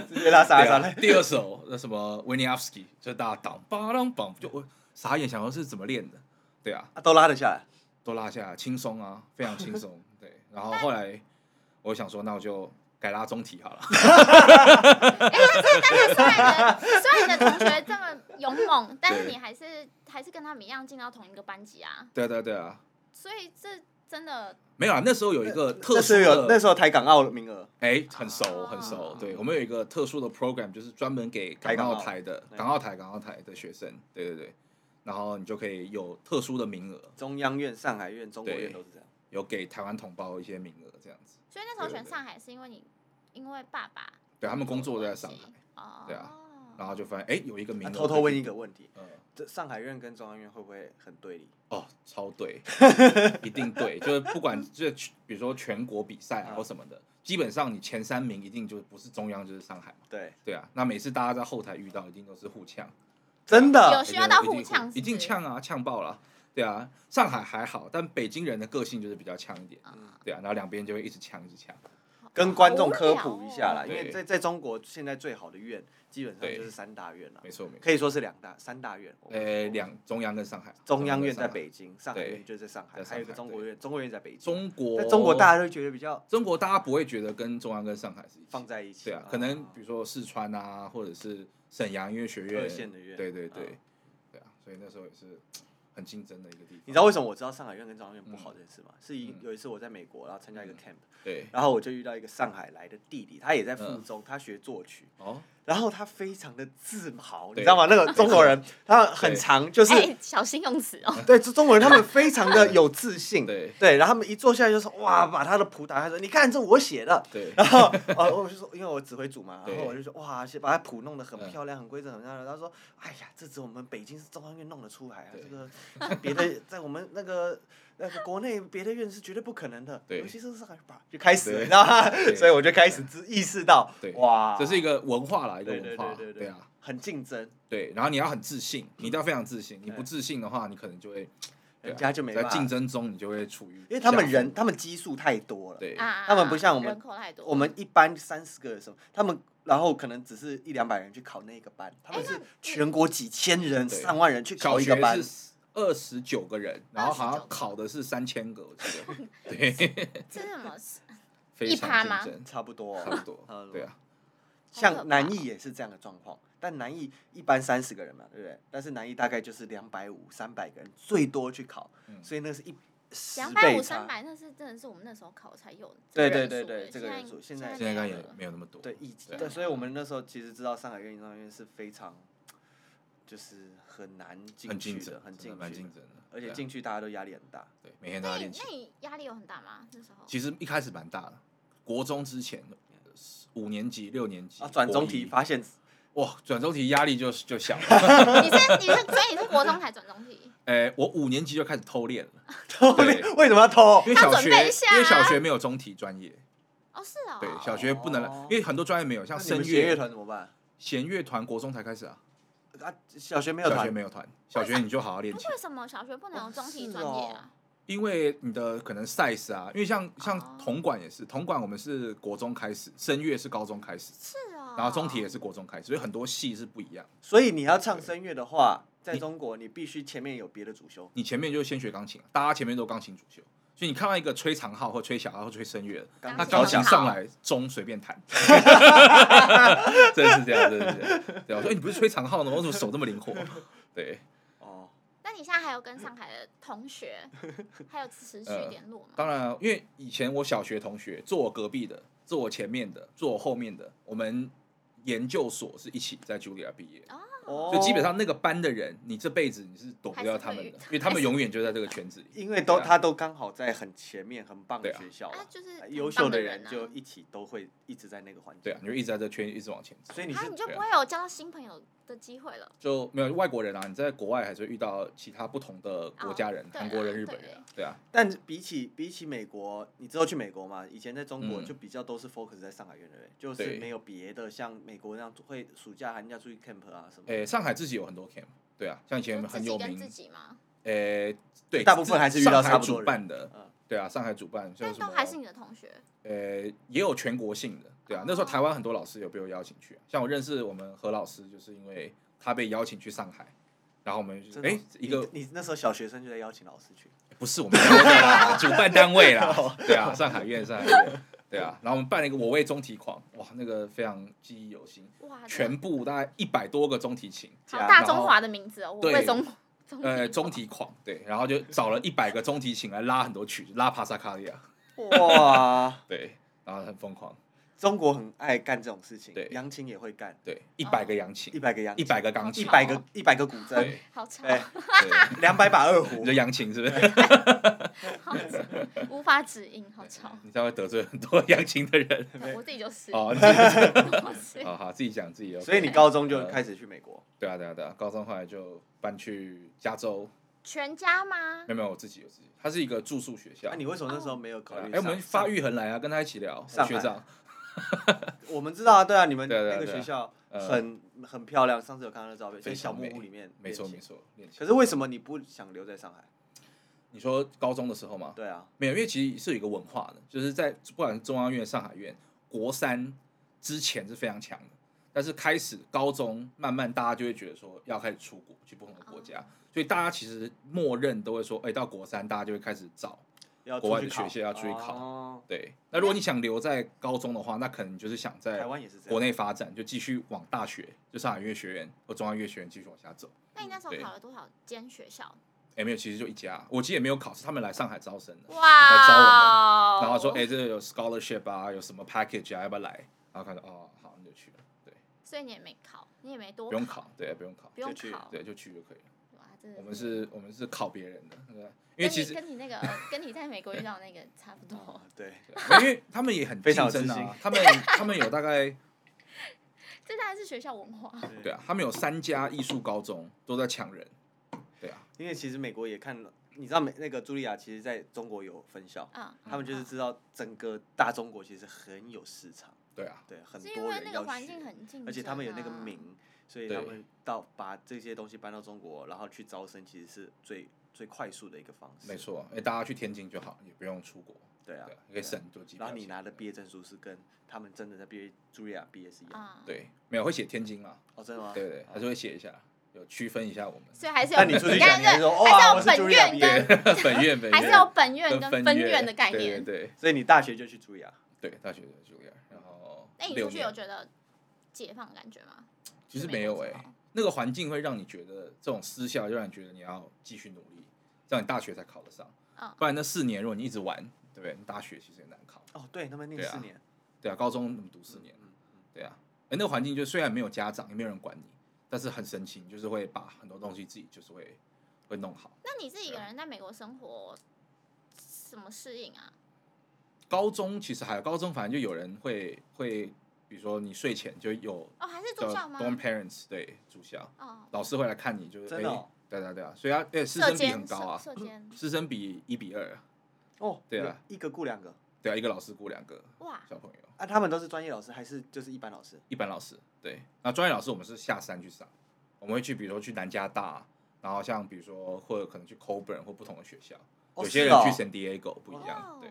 [SPEAKER 1] 直接拉撒
[SPEAKER 3] 对
[SPEAKER 1] 撒
[SPEAKER 3] 啊
[SPEAKER 1] 嘞。
[SPEAKER 3] 第二首那什么维尼亚夫斯基，就大家当巴当梆，就我傻眼，想说是怎么练的，对啊，
[SPEAKER 1] 啊，都拉得下来。
[SPEAKER 3] 都拉下来，轻松啊， 非常轻松。对，然后后来我想说，那我就改拉中体好 了。
[SPEAKER 2] 哎虽然你的虽然你的同学这么勇猛，但是你还是还是跟他们一样进到同一个班级啊，
[SPEAKER 3] 对啊对啊对啊，
[SPEAKER 2] 所以这真的
[SPEAKER 3] 没有啊，那时候有一个特
[SPEAKER 1] 那
[SPEAKER 3] 殊
[SPEAKER 1] 时候有那
[SPEAKER 3] 的，
[SPEAKER 1] 时候台啊港澳名额，
[SPEAKER 3] 哎，很熟
[SPEAKER 2] 哦
[SPEAKER 3] 很熟。对我们有一个特殊的 program，就是专门给港
[SPEAKER 1] 台港澳
[SPEAKER 3] 澳台的
[SPEAKER 1] 对
[SPEAKER 3] 港澳台港澳台的学生。对对对，然后你就可以有特殊的名额，
[SPEAKER 1] 中央院、上海院、中国院
[SPEAKER 3] 对
[SPEAKER 1] 都是这样。
[SPEAKER 3] 有给台湾同胞一些名额这样子。
[SPEAKER 2] 所以那时候
[SPEAKER 3] 对对
[SPEAKER 2] 选
[SPEAKER 3] 对
[SPEAKER 2] 上海是因为你因为爸爸
[SPEAKER 3] 对他们工作都在上海，
[SPEAKER 2] 哦，
[SPEAKER 3] 对啊然后就发现哎有一个名
[SPEAKER 1] 那
[SPEAKER 3] 额，
[SPEAKER 1] 啊偷偷问一，个问题，
[SPEAKER 3] 嗯。
[SPEAKER 1] 这上海院跟中央院会不会很对立？
[SPEAKER 3] 哦，超 对，一定对，就是不管就是比如说全国比赛啊
[SPEAKER 1] 嗯
[SPEAKER 3] 或什么的，基本上你前三名一定就不是中央就是上海嘛，
[SPEAKER 1] 对，
[SPEAKER 3] 对啊，那每次大家在后台遇到一定都是互呛，
[SPEAKER 1] 真
[SPEAKER 2] 有
[SPEAKER 1] 的
[SPEAKER 2] 哦需要到互
[SPEAKER 3] 一定
[SPEAKER 2] 呛是不是
[SPEAKER 3] 一定呛啊，呛爆了，对啊，上海还好，但北京人的个性就是比较呛一点，
[SPEAKER 2] 啊
[SPEAKER 3] 对啊，然后两边就会一直呛一直呛，
[SPEAKER 2] 好
[SPEAKER 1] 嗯跟观众科普一下啦，
[SPEAKER 3] 无
[SPEAKER 1] 因
[SPEAKER 3] 聊哦
[SPEAKER 1] 为在在中国现在最好的院基本上就是三大院了，
[SPEAKER 3] 没错没错。
[SPEAKER 1] 可以说是两大三大院。我们
[SPEAKER 3] 呃，两中央跟上海，
[SPEAKER 1] 哦中央院
[SPEAKER 3] 跟上
[SPEAKER 1] 在
[SPEAKER 3] 海，
[SPEAKER 1] 北京，上海
[SPEAKER 3] 对
[SPEAKER 1] 院就在上海，
[SPEAKER 3] 在上海
[SPEAKER 1] 还有一个中国院，中国院在北京。
[SPEAKER 3] 中国
[SPEAKER 1] 在中国大家都觉得比较
[SPEAKER 3] 中国大家不会觉得跟中央跟上海是一起
[SPEAKER 1] 放在一起，嗯
[SPEAKER 3] 对啊，可能比如说四川啊，或者是沈阳音乐学院
[SPEAKER 1] 二线的院
[SPEAKER 3] 对对对、
[SPEAKER 1] 嗯
[SPEAKER 3] 对啊，所以那时候也是很竞争的一个地方。
[SPEAKER 1] 你知道为
[SPEAKER 3] 么？
[SPEAKER 1] 什么我知道上海院跟中央院不好这件事吗？是一
[SPEAKER 3] 嗯
[SPEAKER 1] 有一次我在美国，然后参加一个 camp，
[SPEAKER 3] 对，
[SPEAKER 1] 然后我就遇到一个上海来的弟弟，他也在附中，他学作曲，
[SPEAKER 3] 哦，
[SPEAKER 1] 然后他非常的自豪，你
[SPEAKER 3] 对
[SPEAKER 1] 知道吗？那个中国人他很长，就是
[SPEAKER 2] 哎，小心用词哦。
[SPEAKER 1] 对中中国人他们非常的有自信，
[SPEAKER 3] 对
[SPEAKER 1] 对，然后他们一坐下来就说哇，把他的谱打开说，你看这我写的。
[SPEAKER 3] 对，
[SPEAKER 1] 然后呃，我就说，因为我指挥组嘛，然后
[SPEAKER 3] 对
[SPEAKER 1] 我就说，哇，先把它谱弄得很
[SPEAKER 3] 嗯
[SPEAKER 1] 漂亮，很规整，很漂亮。他说，哎呀，这只有我们北京是中央院弄得出来啊，
[SPEAKER 3] 对
[SPEAKER 1] 这个别的 在我们那个那个国内别的院是绝对不可能的，
[SPEAKER 3] 对
[SPEAKER 1] 尤其是上海吧，就开始了，
[SPEAKER 3] 对
[SPEAKER 1] 你知道吗？
[SPEAKER 3] 对
[SPEAKER 1] 所以我就开始知意识到
[SPEAKER 3] 对，
[SPEAKER 1] 哇，
[SPEAKER 3] 这是一个文化啦，一个
[SPEAKER 1] 对对
[SPEAKER 3] 文化，
[SPEAKER 1] 对对
[SPEAKER 3] 对啊，，
[SPEAKER 1] 很竞争，
[SPEAKER 3] 对。啊然后你要很自信，你一定要非常自信。你不
[SPEAKER 1] 对
[SPEAKER 3] 自信的话，你可能就会对啊
[SPEAKER 1] 人家就没
[SPEAKER 3] 在
[SPEAKER 1] 办法
[SPEAKER 3] 竞，争中，你就会处于
[SPEAKER 1] 因为他们
[SPEAKER 3] 下风
[SPEAKER 1] 人他们基数太多了，
[SPEAKER 3] 对
[SPEAKER 2] 啊，
[SPEAKER 1] 他们不像我们
[SPEAKER 2] 人口太多，
[SPEAKER 1] 我们一般三十个人什么，他们然后可能只是一两百人去考那个班，他们是全国几千人、
[SPEAKER 3] 对
[SPEAKER 1] 上万人去
[SPEAKER 3] 小
[SPEAKER 1] 考一个
[SPEAKER 3] 学
[SPEAKER 1] 班，
[SPEAKER 3] 是二十九个人，然后
[SPEAKER 2] 29
[SPEAKER 3] 好像考的是三千个，我记得，对，
[SPEAKER 2] 这是什么？
[SPEAKER 3] 非
[SPEAKER 2] 一趴
[SPEAKER 3] 常
[SPEAKER 2] 吗
[SPEAKER 3] 竞争，
[SPEAKER 1] 差不多
[SPEAKER 3] 差
[SPEAKER 1] 哦、
[SPEAKER 3] 不多
[SPEAKER 1] 差不多，
[SPEAKER 3] 对啊，
[SPEAKER 2] 好可怕
[SPEAKER 1] 像南艺也是这样的状况，但南艺一般三十个人嘛，对不对？但是南艺大概就是两百五、三百个人最多去考，
[SPEAKER 3] 嗯
[SPEAKER 1] 所以那是一十
[SPEAKER 2] 两百
[SPEAKER 1] 倍
[SPEAKER 2] 五、
[SPEAKER 1] 差
[SPEAKER 2] 三。百，那是真的是我们那时候考才有
[SPEAKER 1] 对
[SPEAKER 2] 这个人
[SPEAKER 1] 对
[SPEAKER 2] 数哎
[SPEAKER 1] 对
[SPEAKER 2] 耶
[SPEAKER 1] 对这个人数现在
[SPEAKER 3] 现在应该
[SPEAKER 2] 没
[SPEAKER 3] 也
[SPEAKER 2] 有了
[SPEAKER 3] 没有那么多，
[SPEAKER 1] 对，以
[SPEAKER 3] 对啊
[SPEAKER 1] 对，所以我们那时候其实知道上海院、中央院是非常，就是很难进
[SPEAKER 3] 很
[SPEAKER 1] 去
[SPEAKER 3] 竞
[SPEAKER 1] 的，
[SPEAKER 3] 争，
[SPEAKER 1] 很
[SPEAKER 3] 真的
[SPEAKER 1] 进
[SPEAKER 3] 蛮
[SPEAKER 1] 去
[SPEAKER 3] 竞
[SPEAKER 1] 的，
[SPEAKER 3] 争的，
[SPEAKER 1] 而且
[SPEAKER 3] 对啊
[SPEAKER 1] 进去大家都压力很大。啊
[SPEAKER 3] 对每天都
[SPEAKER 2] 那
[SPEAKER 3] 要
[SPEAKER 2] 你
[SPEAKER 3] 练习
[SPEAKER 2] 那。你压力有很大吗？那时 候
[SPEAKER 3] 其实一开始蛮大的，国中之前五年级、六年级
[SPEAKER 1] 嗯啊，转中题
[SPEAKER 3] 国
[SPEAKER 1] 发现
[SPEAKER 3] 一哇，转中题压力就就 小了。
[SPEAKER 2] 你是你是所以你是国中才转中体，
[SPEAKER 3] 哎，我五年级就开始偷练了，
[SPEAKER 1] 偷
[SPEAKER 3] 对
[SPEAKER 1] 练 为什么要偷？
[SPEAKER 3] 因为小
[SPEAKER 2] 要
[SPEAKER 3] 学
[SPEAKER 2] 准备一下啊
[SPEAKER 3] 因为小学没有中体专业，
[SPEAKER 2] 哦是哦，
[SPEAKER 3] 对，小学不能来
[SPEAKER 1] 哦，
[SPEAKER 3] 因为很多专业没有，像
[SPEAKER 1] 那你
[SPEAKER 3] 声
[SPEAKER 1] 们弦乐
[SPEAKER 3] 乐、
[SPEAKER 1] 团怎么办？
[SPEAKER 3] 弦乐团，国中才开始啊，
[SPEAKER 1] 啊，小学没有
[SPEAKER 3] 小学
[SPEAKER 1] 团，
[SPEAKER 3] 没有团，小学你就好好练哦
[SPEAKER 2] 不
[SPEAKER 3] 琴
[SPEAKER 2] 为，什么小学不能有中体专业啊？
[SPEAKER 3] 因为你的可能 size 啊，因为像
[SPEAKER 2] 哦
[SPEAKER 3] 像铜管也是，铜管我们是国中开始，声乐是高中开始，
[SPEAKER 2] 是哦，
[SPEAKER 3] 然后中体也是国中开始，所以很多系是不一样。
[SPEAKER 1] 所以你要唱声乐的话，在
[SPEAKER 3] 你
[SPEAKER 1] 中国你必须前面有别的主修，
[SPEAKER 3] 你前面就先学钢琴，大家前面都钢琴主修，所以你看到一个吹长号或吹小号或吹声乐的，
[SPEAKER 2] 钢
[SPEAKER 3] 他
[SPEAKER 2] 琴
[SPEAKER 3] 钢琴
[SPEAKER 2] 很好
[SPEAKER 3] 上来中随 便弹，
[SPEAKER 2] 哦
[SPEAKER 3] 真的是这样，真的是这样。对啊，我说、欸、你不是吹长号的吗？我怎么手这么灵活？对，
[SPEAKER 1] 哦，
[SPEAKER 2] 那你现在还有跟上海的同 学还有持续
[SPEAKER 3] 呃
[SPEAKER 2] 联络吗？
[SPEAKER 3] 当然啊，因为以前我小学同学坐我隔壁的，坐我前面的，坐我后面的，我们研究所是一起在茱莉亚毕业的。
[SPEAKER 1] 哦
[SPEAKER 3] 就基本上那个班的人，你这辈子你是躲不掉他们的
[SPEAKER 2] 还是会遇，到
[SPEAKER 3] 因为他们永远就在这个圈子里。
[SPEAKER 1] 因为都
[SPEAKER 3] 对啊
[SPEAKER 1] 他都刚好在很前面很棒的
[SPEAKER 3] 对啊
[SPEAKER 1] 学校
[SPEAKER 2] 啊
[SPEAKER 1] 啊，
[SPEAKER 2] 就是很
[SPEAKER 1] 优秀
[SPEAKER 2] 棒的
[SPEAKER 1] 人
[SPEAKER 2] 啊
[SPEAKER 1] 就一起都会一直在那个环境，
[SPEAKER 3] 对啊，你就一直在这圈一直往前走。
[SPEAKER 1] 所以你
[SPEAKER 2] 啊
[SPEAKER 1] 是
[SPEAKER 2] 你就
[SPEAKER 3] 对
[SPEAKER 2] 不
[SPEAKER 3] 啊
[SPEAKER 2] 会有交到新朋友的机会了。
[SPEAKER 3] 就没有外国人啊，你在国外还是会遇到其他不同的国家人
[SPEAKER 2] 哦，对啊
[SPEAKER 3] 嗯韩、国人、日本人啊，对啊，
[SPEAKER 1] 但比起比起美国，你之后去美国嘛，以前在中国
[SPEAKER 3] 嗯
[SPEAKER 1] 就比较都是 focus 在上海院的人，就是
[SPEAKER 3] 对
[SPEAKER 1] 没有别的像美国那样会暑假寒假出去 camp 啊什么的
[SPEAKER 3] 诶、。上海自己有很多 camp，对啊，像以前
[SPEAKER 2] 就自
[SPEAKER 3] 很
[SPEAKER 2] 己
[SPEAKER 3] 有
[SPEAKER 2] 跟
[SPEAKER 3] 名
[SPEAKER 2] 自，己嘛，
[SPEAKER 3] 诶、对，
[SPEAKER 1] 大部分还是遇到
[SPEAKER 3] 上海
[SPEAKER 1] 差不多
[SPEAKER 3] 主
[SPEAKER 1] 人
[SPEAKER 3] 办的，
[SPEAKER 1] 嗯
[SPEAKER 3] 对啊，上海主办像
[SPEAKER 2] 但
[SPEAKER 3] 什
[SPEAKER 2] 都
[SPEAKER 3] 么，
[SPEAKER 2] 还是你的同学。
[SPEAKER 3] 诶、也有全国性的，对啊，那时
[SPEAKER 2] 哦
[SPEAKER 3] 候台湾很多老师有被我邀请去啊、像我认识我们何老师，就是因为他被邀请去上海，然后我们就
[SPEAKER 1] 真
[SPEAKER 3] 诶、
[SPEAKER 1] 的
[SPEAKER 3] 一个
[SPEAKER 1] 你你那时候小学生就在邀请老师去，
[SPEAKER 3] 不是我们单位啦，主办单 位啦，
[SPEAKER 1] 哦
[SPEAKER 3] 对啊，上海院，上海院，对啊，然后我们办了一个我为中体狂，哇，那个非常记忆犹新。
[SPEAKER 2] 哇，
[SPEAKER 3] 全部大概一百多个中提琴，
[SPEAKER 2] 好
[SPEAKER 1] 家
[SPEAKER 2] 大
[SPEAKER 3] 然
[SPEAKER 2] 中
[SPEAKER 3] 后
[SPEAKER 2] 华的名字哦，我
[SPEAKER 3] 对
[SPEAKER 2] 会中中
[SPEAKER 3] 呃，
[SPEAKER 2] 华
[SPEAKER 3] 中提狂对，然后就找了一百个中提琴来拉很多曲，拉帕萨卡利亚，
[SPEAKER 1] 哇，
[SPEAKER 3] 对，然后很疯狂，
[SPEAKER 1] 中国很爱干这种事情，
[SPEAKER 3] 对
[SPEAKER 1] 扬琴也会干，
[SPEAKER 3] 对，一百个扬琴
[SPEAKER 1] 一，百个扬，
[SPEAKER 3] 一百个钢
[SPEAKER 1] 哦一
[SPEAKER 3] 琴，
[SPEAKER 1] 百个一百个古筝
[SPEAKER 3] 对，
[SPEAKER 2] 好吵，
[SPEAKER 3] 哎
[SPEAKER 1] 对，
[SPEAKER 3] 对，
[SPEAKER 1] 两百把二胡
[SPEAKER 3] 你的，扬琴是 不是？
[SPEAKER 2] 好吵，无法指引，好 吵。
[SPEAKER 3] 你这样会得罪很多扬琴的 人
[SPEAKER 2] 对我自己就是，
[SPEAKER 3] 哦，你自己
[SPEAKER 2] 我是
[SPEAKER 3] 哦 好，自己讲自己哦。
[SPEAKER 1] 所以你高中就开始去美国，
[SPEAKER 3] 对啊，对啊，对啊，高中后来就搬去加州，
[SPEAKER 2] 全家吗
[SPEAKER 3] 没？有没有，我自己有自己，它是一个住宿学校。
[SPEAKER 1] 那你为什么那时候没有考
[SPEAKER 3] 啊对啊
[SPEAKER 1] 虑？
[SPEAKER 3] 哎，我们发，育恒来啊，跟他一起聊，我
[SPEAKER 1] 上
[SPEAKER 3] 学
[SPEAKER 1] 海
[SPEAKER 3] 长，
[SPEAKER 1] 我们知道啊，对啊，你们
[SPEAKER 3] 对啊对啊
[SPEAKER 1] 那个
[SPEAKER 3] 对啊
[SPEAKER 1] 学校
[SPEAKER 3] 呃
[SPEAKER 1] 很很漂亮，上次有看到那照片，在
[SPEAKER 3] 非
[SPEAKER 1] 小
[SPEAKER 3] 常
[SPEAKER 1] 木
[SPEAKER 3] 美
[SPEAKER 1] 屋里面，
[SPEAKER 3] 没错没。错，练琴
[SPEAKER 1] 可是为什么你不想留在上海？
[SPEAKER 3] 你说高中的时候吗？
[SPEAKER 1] 对啊，
[SPEAKER 3] 没有，因为其实是有一个文化的，就是在不管是中央院、上海院，国三之前是非常强的，但是开始高中慢慢大家就会觉得说要开始出国去不同的国家，所以大家其实默认都会说，哎、到国三大家就会开始找。
[SPEAKER 1] 要
[SPEAKER 3] 国外
[SPEAKER 1] 出
[SPEAKER 3] 的
[SPEAKER 1] 去考
[SPEAKER 3] 学校要出去考
[SPEAKER 1] 哦
[SPEAKER 3] 对，那如果你想留在高中的话，那可能你就是想在
[SPEAKER 1] 台湾也是这
[SPEAKER 3] 国
[SPEAKER 1] 样。
[SPEAKER 3] 内发展，就继续往大学，就上海音乐学院或中央音乐学院继续往下走。
[SPEAKER 2] 那你那时候
[SPEAKER 3] 对
[SPEAKER 2] 考了多少间学校？
[SPEAKER 3] 哎、没有，其实就一家，我其实也没有考试，是他们来上海招
[SPEAKER 2] 哦
[SPEAKER 3] 生的。
[SPEAKER 2] 哇！
[SPEAKER 3] 然后说，哎、这个有 scholarship 啊，有什么 package 啊，要不要来？然后看到，哦，好，那就去了，
[SPEAKER 2] 所以你也没考，你也没多
[SPEAKER 3] 不用，考，对，不用考，
[SPEAKER 2] 不用
[SPEAKER 1] 就去
[SPEAKER 2] 考，
[SPEAKER 3] 对，就去就可以了。
[SPEAKER 2] 哇，真的
[SPEAKER 3] 我们是，我们是考别人的，对，
[SPEAKER 2] 跟
[SPEAKER 3] 因
[SPEAKER 2] 你
[SPEAKER 3] 为其实，嗯
[SPEAKER 2] 跟你那 个跟你在美国遇到那个差不多
[SPEAKER 1] 哦，对，
[SPEAKER 3] 对因为他们也很
[SPEAKER 1] 非
[SPEAKER 3] 竞
[SPEAKER 1] 常有
[SPEAKER 3] 争
[SPEAKER 1] 自信
[SPEAKER 3] 啊，他们他们有大概，
[SPEAKER 2] 这当然是学校文化。
[SPEAKER 3] 对啊，他们有三家艺术高中都在抢人，对啊，
[SPEAKER 1] 因为其实美国也看了，你知道美那个茱莉亚其实在中国有分校，
[SPEAKER 2] 嗯，
[SPEAKER 1] 他们就是
[SPEAKER 2] 嗯
[SPEAKER 1] 知道整个大中国其实很有市场，
[SPEAKER 3] 对啊，
[SPEAKER 1] 对，很
[SPEAKER 2] 是因
[SPEAKER 1] 多
[SPEAKER 2] 为
[SPEAKER 1] 人
[SPEAKER 2] 那个
[SPEAKER 1] 要
[SPEAKER 2] 环
[SPEAKER 1] 学
[SPEAKER 2] 境很啊近、
[SPEAKER 1] 而且他们有那个，名，所以
[SPEAKER 3] 对
[SPEAKER 1] 他们到把这些东西搬到中国，然后去招生，其实是最最快速的一个方式。
[SPEAKER 3] 没，错，哎、大家去天津就好，也不用出国，
[SPEAKER 1] 对啊
[SPEAKER 3] 对啊，，可以省很多机票
[SPEAKER 1] 然后
[SPEAKER 3] 钱。
[SPEAKER 1] 你拿的毕业证书是跟他们真的在毕业茱莉亚毕业是一样的。
[SPEAKER 2] 啊、嗯，，
[SPEAKER 3] 对，没有会写天津嘛？
[SPEAKER 1] 哦，真的吗？
[SPEAKER 3] 对对，还是会写一下，有区分一下我们。
[SPEAKER 2] 所以还是有
[SPEAKER 1] 那你出去讲，
[SPEAKER 2] 刚刚
[SPEAKER 1] 你还
[SPEAKER 2] 认
[SPEAKER 1] 说
[SPEAKER 3] 哦
[SPEAKER 2] 还
[SPEAKER 1] 哇，
[SPEAKER 2] 是
[SPEAKER 1] 我
[SPEAKER 2] 有
[SPEAKER 1] 是茱
[SPEAKER 2] 本
[SPEAKER 1] 莉亚
[SPEAKER 2] 院
[SPEAKER 1] 毕业，
[SPEAKER 2] 跟
[SPEAKER 3] 本院本院
[SPEAKER 2] 还是有本院
[SPEAKER 3] 跟
[SPEAKER 2] 跟分
[SPEAKER 3] 院
[SPEAKER 2] 院的概念。
[SPEAKER 3] 对对
[SPEAKER 1] 所以你大学就去茱莉亚。
[SPEAKER 3] 对对，大学就是这样。然后
[SPEAKER 2] 那你
[SPEAKER 3] 六
[SPEAKER 2] 出去有
[SPEAKER 3] 年，
[SPEAKER 2] 觉得解放的感觉吗？
[SPEAKER 3] 其实
[SPEAKER 2] 美
[SPEAKER 3] 没
[SPEAKER 2] 国
[SPEAKER 3] 有
[SPEAKER 2] 之
[SPEAKER 3] 哎、
[SPEAKER 2] 后
[SPEAKER 3] 那个环境会让你觉得这种私校，就让你觉得你要继续努力，这样你大学才考得上
[SPEAKER 2] 嗯。
[SPEAKER 3] 不然那四年如果你一直玩，对不对？你大学其实也难考。
[SPEAKER 1] 哦，对，他们那个
[SPEAKER 3] 对啊
[SPEAKER 1] 四年，
[SPEAKER 3] 对啊，高中那么读四年，
[SPEAKER 1] 嗯，嗯
[SPEAKER 3] 对啊，哎、那个环境就虽然没有家长，也没有人管你，但是很神奇，你就是会把很多东西自己就是会会弄好。
[SPEAKER 2] 那你自己一个
[SPEAKER 3] 对啊
[SPEAKER 2] 人在美国生活，怎么适应啊？
[SPEAKER 3] 高中其实还有高中，反正就有人会会，比如说你睡前就有
[SPEAKER 2] 哦，还是住
[SPEAKER 3] 叫
[SPEAKER 2] 校吗？
[SPEAKER 3] dorm parents 对住校，
[SPEAKER 2] 哦，
[SPEAKER 3] 老师会来看你，就是
[SPEAKER 1] 真的哦
[SPEAKER 3] 诶对啊对啊，所以他对师
[SPEAKER 2] 射
[SPEAKER 3] 生比
[SPEAKER 2] 间
[SPEAKER 3] 很高啊，
[SPEAKER 2] 射射 间
[SPEAKER 3] 师生比一比二，
[SPEAKER 1] 嗯哦，
[SPEAKER 3] 对啊，
[SPEAKER 1] 一个雇两个
[SPEAKER 3] 对啊，一个老师雇两个
[SPEAKER 2] 哇，
[SPEAKER 3] 小朋友，
[SPEAKER 1] 啊，他们都是专业老师还是就是一般老师？
[SPEAKER 3] 一般老师对，那专业老师我们是下山去上，我们会去比如说去南加大，然后像比如说或者可能去 Coburn 或不同的学校，
[SPEAKER 1] 哦
[SPEAKER 3] 有些
[SPEAKER 1] 是
[SPEAKER 3] 人
[SPEAKER 1] 哦
[SPEAKER 3] 去 San Diego 不一
[SPEAKER 2] 哇
[SPEAKER 3] 样
[SPEAKER 2] 哦，
[SPEAKER 3] 对，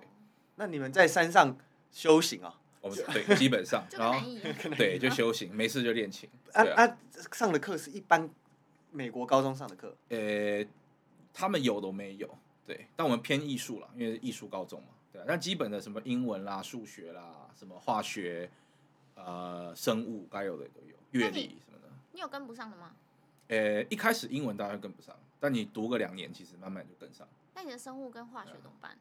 [SPEAKER 1] 那你们在山上修行啊？
[SPEAKER 3] 我们对基本上，
[SPEAKER 2] 就
[SPEAKER 3] 然
[SPEAKER 2] 跟
[SPEAKER 3] 后
[SPEAKER 2] 南艺一样。
[SPEAKER 3] 对就修行，没事就练琴，
[SPEAKER 1] 啊
[SPEAKER 3] 对啊。
[SPEAKER 1] 啊，上的课是一般美国高中上的课，
[SPEAKER 3] 呃，他们有都没有，对，但我们偏艺术啦，因为艺术高中嘛，对啊，但基本的什么英文啦、数学啦、什么化学、呃生物该有的都有，乐
[SPEAKER 2] 那你
[SPEAKER 3] 理什么的。
[SPEAKER 2] 你有跟不上的吗？
[SPEAKER 3] 呃，一开始英文当然跟不上，但你读个两年，其实慢慢就跟上。
[SPEAKER 2] 那你的生物跟化学怎么 办？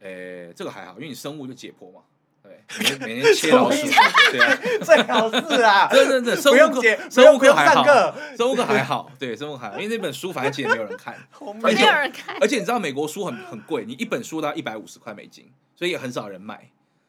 [SPEAKER 3] 呃，这个还好，因为你生物就解剖嘛，对，每天每天切 老鼠，对啊，
[SPEAKER 1] 最好是啊，
[SPEAKER 3] 真的真的，生
[SPEAKER 1] 不
[SPEAKER 3] 物
[SPEAKER 1] 用解
[SPEAKER 3] 课，
[SPEAKER 1] 不
[SPEAKER 3] 生
[SPEAKER 1] 用
[SPEAKER 3] 物
[SPEAKER 1] 不用
[SPEAKER 3] 课还
[SPEAKER 1] 上
[SPEAKER 3] 好，
[SPEAKER 1] 课，
[SPEAKER 3] 生物课还好，对，生物课还好，因为那本书反正其实也没有人看，
[SPEAKER 1] 我们
[SPEAKER 3] 而
[SPEAKER 2] 没
[SPEAKER 3] 且
[SPEAKER 2] 有人看，
[SPEAKER 3] 而且你知道美国书很很贵，你一本书大概一百五十块美金，所以也很少人买，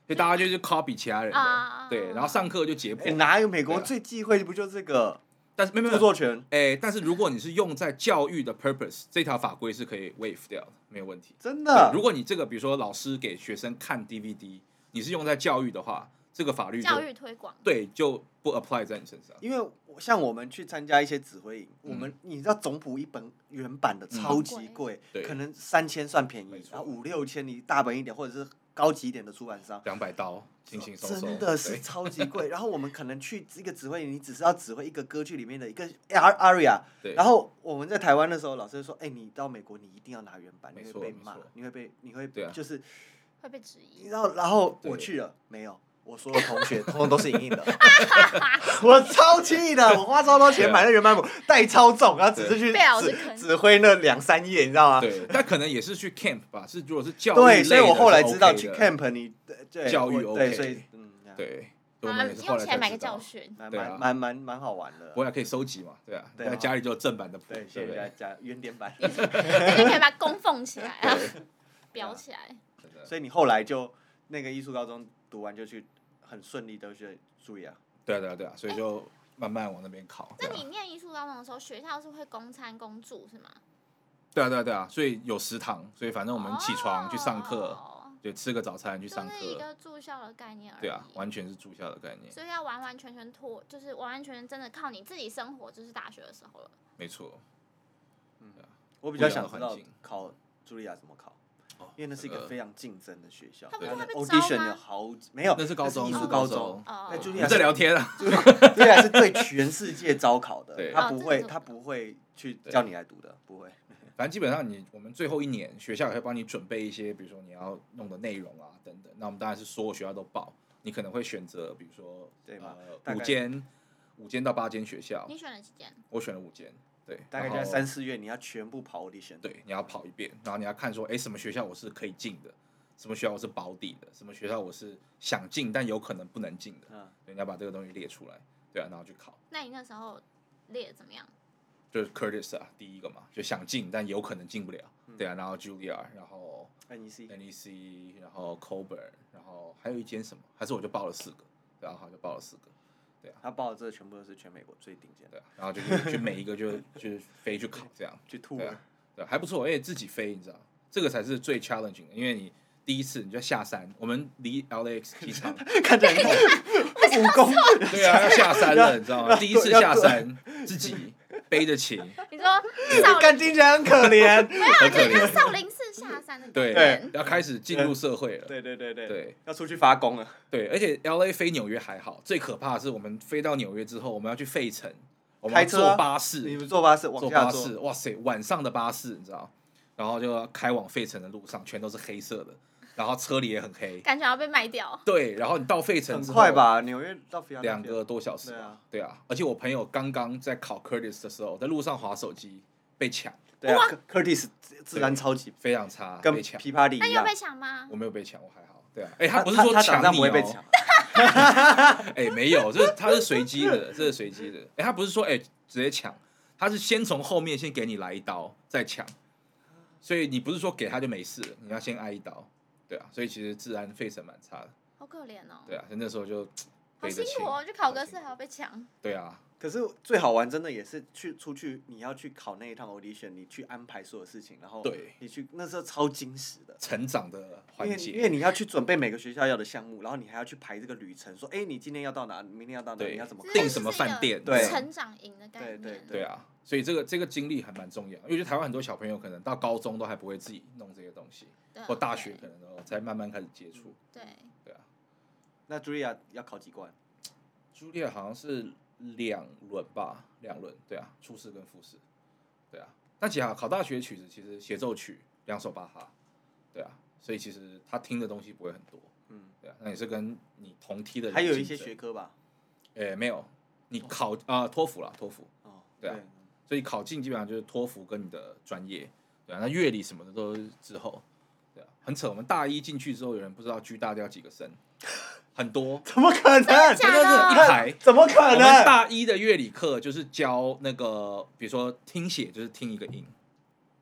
[SPEAKER 3] 所以大家就是 copy 其他人
[SPEAKER 2] 啊
[SPEAKER 3] 的，对，然后上课就解
[SPEAKER 1] 哎
[SPEAKER 3] 剖，
[SPEAKER 1] 哪有美国
[SPEAKER 3] 对啊
[SPEAKER 1] 最忌讳不就这个
[SPEAKER 3] 但是没有没
[SPEAKER 1] 著
[SPEAKER 3] 有，
[SPEAKER 1] 作权？
[SPEAKER 3] 哎，但是如果你是用在教育的 purpose，这条法规是可以 waive 掉的，没有问题。
[SPEAKER 1] 真
[SPEAKER 3] 对
[SPEAKER 1] 的
[SPEAKER 3] 如，果你这个比如说老师给学生看 DVD，你是用在教育的话，这个法律就
[SPEAKER 2] 教育推广，
[SPEAKER 3] 对就不 apply 在你身上。
[SPEAKER 1] 因为我像我们去参加一些指挥营，我
[SPEAKER 3] 嗯
[SPEAKER 1] 们你知道总谱一本原版的超级贵，
[SPEAKER 3] 对
[SPEAKER 1] 可能三千算便
[SPEAKER 3] 没
[SPEAKER 1] 宜，
[SPEAKER 3] 错
[SPEAKER 1] 然后五六千你大本一点或者是高级一点的出版商。
[SPEAKER 3] 两百刀，轻轻松松，
[SPEAKER 1] 真的是
[SPEAKER 3] 对
[SPEAKER 1] 超级贵，然后我们可能去一个指挥营，你只是要指挥一个歌剧里面的一个 ar- aria，
[SPEAKER 3] 对，
[SPEAKER 1] 然后我们在台湾的时候，老师就说：“哎、你到美国，你一定要拿原版，
[SPEAKER 3] 没
[SPEAKER 1] 你会
[SPEAKER 3] 错
[SPEAKER 1] 被
[SPEAKER 3] 没
[SPEAKER 1] 骂
[SPEAKER 3] 错，
[SPEAKER 1] 你会被，你会
[SPEAKER 3] 对啊
[SPEAKER 1] 就是，
[SPEAKER 2] 会被质
[SPEAKER 1] 你
[SPEAKER 2] 疑
[SPEAKER 1] 知。道，然后
[SPEAKER 3] 对
[SPEAKER 1] 我去了，没有，我所有同学通通都是影印 的，我超气的，我花超多钱买那原版本，带超重，然后只是去
[SPEAKER 2] 被老师
[SPEAKER 1] 指
[SPEAKER 2] 坑
[SPEAKER 1] 指挥那两三页，你知道吗？
[SPEAKER 3] 对，但可能也是去 camp 吧，是如果是教育类
[SPEAKER 1] 对，
[SPEAKER 3] 的
[SPEAKER 1] 所以我后来知道
[SPEAKER 3] 是
[SPEAKER 1] 去
[SPEAKER 3] OK 的
[SPEAKER 1] camp 你呃对
[SPEAKER 3] 教育
[SPEAKER 1] 我
[SPEAKER 3] OK
[SPEAKER 1] 对，所以嗯，这样
[SPEAKER 3] 对， 我
[SPEAKER 2] 啊
[SPEAKER 3] 们也是后
[SPEAKER 2] 用
[SPEAKER 3] 来
[SPEAKER 2] 钱
[SPEAKER 3] 才
[SPEAKER 2] 买个
[SPEAKER 3] 知道
[SPEAKER 2] 教。 训，
[SPEAKER 1] 蛮
[SPEAKER 3] 对啊
[SPEAKER 1] 蛮蛮蛮蛮好玩的
[SPEAKER 3] 我，也可以收集嘛，对啊，
[SPEAKER 1] 对啊
[SPEAKER 3] 在家里就有正版的谱，
[SPEAKER 1] 对，谢谢
[SPEAKER 3] 对不
[SPEAKER 1] 大
[SPEAKER 3] 对？
[SPEAKER 1] 家原点版，
[SPEAKER 2] 而且可以把它供奉起来啊， 裱起来。
[SPEAKER 3] 真的
[SPEAKER 1] 所以你后来就那个艺术高中读完就去很顺利都去注意啊。”
[SPEAKER 3] 对啊对啊对啊，所以就慢慢往那边靠。
[SPEAKER 2] 那
[SPEAKER 3] 对啊
[SPEAKER 2] 你念艺术高中的时候，学校是会供餐供住是吗？
[SPEAKER 3] 对啊对啊对啊，所以有食堂，所以反正我们起床去上课，
[SPEAKER 2] 哦
[SPEAKER 3] 就吃个早餐去上
[SPEAKER 2] 就是一
[SPEAKER 3] 课，
[SPEAKER 2] 个住校的概念而已。
[SPEAKER 3] 对啊，完全是住校的概念，
[SPEAKER 2] 所以要完完全全脱，就是完完全全真的靠你自己生活，就是大学的时候了。
[SPEAKER 3] 没错。
[SPEAKER 1] 我比较
[SPEAKER 3] 不一样
[SPEAKER 1] 想
[SPEAKER 3] 的
[SPEAKER 1] 知
[SPEAKER 3] 环
[SPEAKER 1] 道
[SPEAKER 3] 境
[SPEAKER 1] 考茱莉亚怎么考
[SPEAKER 3] 哦，
[SPEAKER 1] 因为那是一
[SPEAKER 3] 这
[SPEAKER 1] 个
[SPEAKER 3] 个
[SPEAKER 1] 非常竞争的学校，
[SPEAKER 2] 他不是
[SPEAKER 1] 它的
[SPEAKER 2] 会被招吗
[SPEAKER 1] audition 有好几没有，
[SPEAKER 3] 那是高中
[SPEAKER 1] 艺术
[SPEAKER 2] 那是
[SPEAKER 1] 高
[SPEAKER 2] 高
[SPEAKER 1] 中，
[SPEAKER 2] 哦
[SPEAKER 1] 那茱
[SPEAKER 3] 我
[SPEAKER 1] 莉亚
[SPEAKER 3] 们在
[SPEAKER 1] 是
[SPEAKER 3] 聊天啊，
[SPEAKER 1] 茱莉亚是对全世界招考的
[SPEAKER 3] 对，
[SPEAKER 1] 他
[SPEAKER 2] 哦
[SPEAKER 1] 不
[SPEAKER 2] 这
[SPEAKER 1] 会
[SPEAKER 2] 个
[SPEAKER 1] 他不会去
[SPEAKER 3] 对
[SPEAKER 1] 叫你来读的，不会。
[SPEAKER 3] 反正基本上你我们最后一年学校也会帮你准备一些，比如说你要弄的内容啊等等。那我们当然是所有学校都报，你可能会选择比如说
[SPEAKER 1] 对嘛大概
[SPEAKER 3] 呃、五间五间到八间学校
[SPEAKER 2] 你，选了几间？
[SPEAKER 3] 我选了五间，对，
[SPEAKER 1] 大概就
[SPEAKER 3] 然
[SPEAKER 1] 在
[SPEAKER 3] 后
[SPEAKER 1] 三四月，你要全部跑 audition。，
[SPEAKER 3] 对，你要跑一遍，然后你要看说，哎，什么学校我是可以进的，什么学校我是保底的，什么学校我是想进但有可能不能进的，
[SPEAKER 1] 嗯，
[SPEAKER 3] 对，你要把这个东西列出来，对啊，然后去考，
[SPEAKER 2] 那你那时候列得怎么样？
[SPEAKER 3] 就是 Curtis 啊，第一个嘛，就想进但有可能进不了，
[SPEAKER 1] 嗯
[SPEAKER 3] 对啊，然后 Julia，然后
[SPEAKER 1] 很 easy。
[SPEAKER 3] NEC，然后 Coburn，然后还有一间什么，还是我就报了四个，然后好就报了四个，
[SPEAKER 1] 他报的这个全部都是全美国最顶尖的，
[SPEAKER 3] 对啊，然后就去去每一个就 就是飞去考这样，
[SPEAKER 1] 去吐
[SPEAKER 3] 对啊
[SPEAKER 1] 了。，
[SPEAKER 3] 对，还不错，而且自己飞，你知道，这个才是最 challenging 的，因为你第一次你就要下山，我们离 LAX 机 场，
[SPEAKER 1] 看起来很恐怖武功，
[SPEAKER 3] 对啊，要下山了，你知道吗？
[SPEAKER 1] 要
[SPEAKER 3] 第一次下山，自己背着琴，
[SPEAKER 2] 你说 少林
[SPEAKER 1] 看听起来很可怜。
[SPEAKER 3] 很可
[SPEAKER 2] 就是
[SPEAKER 3] 怜，
[SPEAKER 2] 少林寺下山的感
[SPEAKER 3] 对
[SPEAKER 2] 觉，
[SPEAKER 3] 要开始进入社会了，
[SPEAKER 1] 对对对对，
[SPEAKER 3] 对。
[SPEAKER 1] 要出去发功了。
[SPEAKER 3] 对，而且 L A 飞纽约还好，最可怕的是我们飞到纽约之后，我们要去费城，我们
[SPEAKER 1] 开
[SPEAKER 3] 要
[SPEAKER 1] 车啊
[SPEAKER 3] 坐巴
[SPEAKER 1] 你
[SPEAKER 3] 士，
[SPEAKER 1] 们坐巴士往
[SPEAKER 3] 坐
[SPEAKER 1] 下
[SPEAKER 3] 巴
[SPEAKER 1] 坐，
[SPEAKER 3] 士，哇塞，晚上的巴士，你知道，然后就要开往费城的路上全都是黑色的，然后车里也很黑，
[SPEAKER 2] 感觉要被卖掉。
[SPEAKER 3] 对，然后你到费城
[SPEAKER 1] 很
[SPEAKER 3] 之后，
[SPEAKER 1] 快吧？纽约到菲拉
[SPEAKER 3] 两个多小时
[SPEAKER 1] 对
[SPEAKER 3] 吧
[SPEAKER 1] 啊，
[SPEAKER 3] 对啊，而且我朋友刚刚在考 Curtis 的时候，在路上划手机被抢，
[SPEAKER 1] 对啊，Cur-，Curtis 自自然超级
[SPEAKER 3] 非常差，
[SPEAKER 1] 跟
[SPEAKER 3] 啊被抢，
[SPEAKER 1] 琵琶里
[SPEAKER 2] 那
[SPEAKER 1] 一
[SPEAKER 2] 你有
[SPEAKER 1] 样
[SPEAKER 2] 被。抢吗？
[SPEAKER 3] 我没有被抢，我还好，对啊，哎，他不是
[SPEAKER 1] 他
[SPEAKER 3] 说
[SPEAKER 1] 他
[SPEAKER 3] 抢
[SPEAKER 1] 打
[SPEAKER 3] 你哦，
[SPEAKER 1] 仗不会被抢，
[SPEAKER 3] 哎、没有，这他是随机的，这是随机的。哎、他不是说哎、直接抢，他是先从后面先给你来一刀，再抢。所以你不是说给他就没事了，你要先挨一刀，对啊。所以其实治安费城蛮差的，
[SPEAKER 2] 好可怜哦，
[SPEAKER 3] 对啊。所以那时候就
[SPEAKER 2] 好
[SPEAKER 3] 背着
[SPEAKER 2] 辛
[SPEAKER 3] 琴
[SPEAKER 2] 苦，哦，去考个试还要被抢。
[SPEAKER 3] 对啊，
[SPEAKER 1] 可是最好玩真的也是去出去，你要去考那一趟 audition，你去安排所有事情，然后
[SPEAKER 3] 对
[SPEAKER 1] 你去那时候超惊喜的。
[SPEAKER 3] 成长的
[SPEAKER 1] 因
[SPEAKER 3] 环
[SPEAKER 1] 为因
[SPEAKER 3] 节，
[SPEAKER 1] 为你要去准备每个学校要的项目，然后你还要去排这个旅程，说，哎，你今天要到哪，你明天要到哪，
[SPEAKER 3] 对
[SPEAKER 1] 你要怎么
[SPEAKER 2] 就是啊
[SPEAKER 1] 定
[SPEAKER 3] 定什么饭店
[SPEAKER 2] 就是一个
[SPEAKER 1] 对
[SPEAKER 2] 成长营的概
[SPEAKER 1] 对
[SPEAKER 2] 念。
[SPEAKER 3] 对啊。所以这个这个经历还蛮重要，因为就台湾很多小朋友可能到高中都还不会自己弄这些东西，
[SPEAKER 2] 对啊
[SPEAKER 3] 或大学可能都才慢慢开始接触。
[SPEAKER 2] 对，对
[SPEAKER 3] 对啊，
[SPEAKER 1] 那茱莉亚要考几关？
[SPEAKER 3] 朱丽好像是两轮吧，两轮，对啊，初试跟复试，对啊。但其实啊考大学曲子其实协奏曲两首巴哈，对啊，所以其实他听的东西不会很多，
[SPEAKER 1] 嗯，
[SPEAKER 3] 对啊。那也是跟你同梯的人
[SPEAKER 1] 还有一些
[SPEAKER 3] 竞争
[SPEAKER 1] 学，科吧。
[SPEAKER 3] 诶、没有，你考啊、托福啦，托福，
[SPEAKER 1] 哦，
[SPEAKER 3] 对啊所以考进基本上就是托福跟你的专业，对啊。那乐理什么的都是之后，对啊，很扯。我们大一进去之后，有人不知道 G 大调几个声，很多，
[SPEAKER 1] 怎么可能？
[SPEAKER 2] 假的
[SPEAKER 3] 一排。
[SPEAKER 1] 怎么可
[SPEAKER 3] 我们
[SPEAKER 1] 能？
[SPEAKER 3] 大一的乐理课就是教那个，比如说听写，就是听一个音，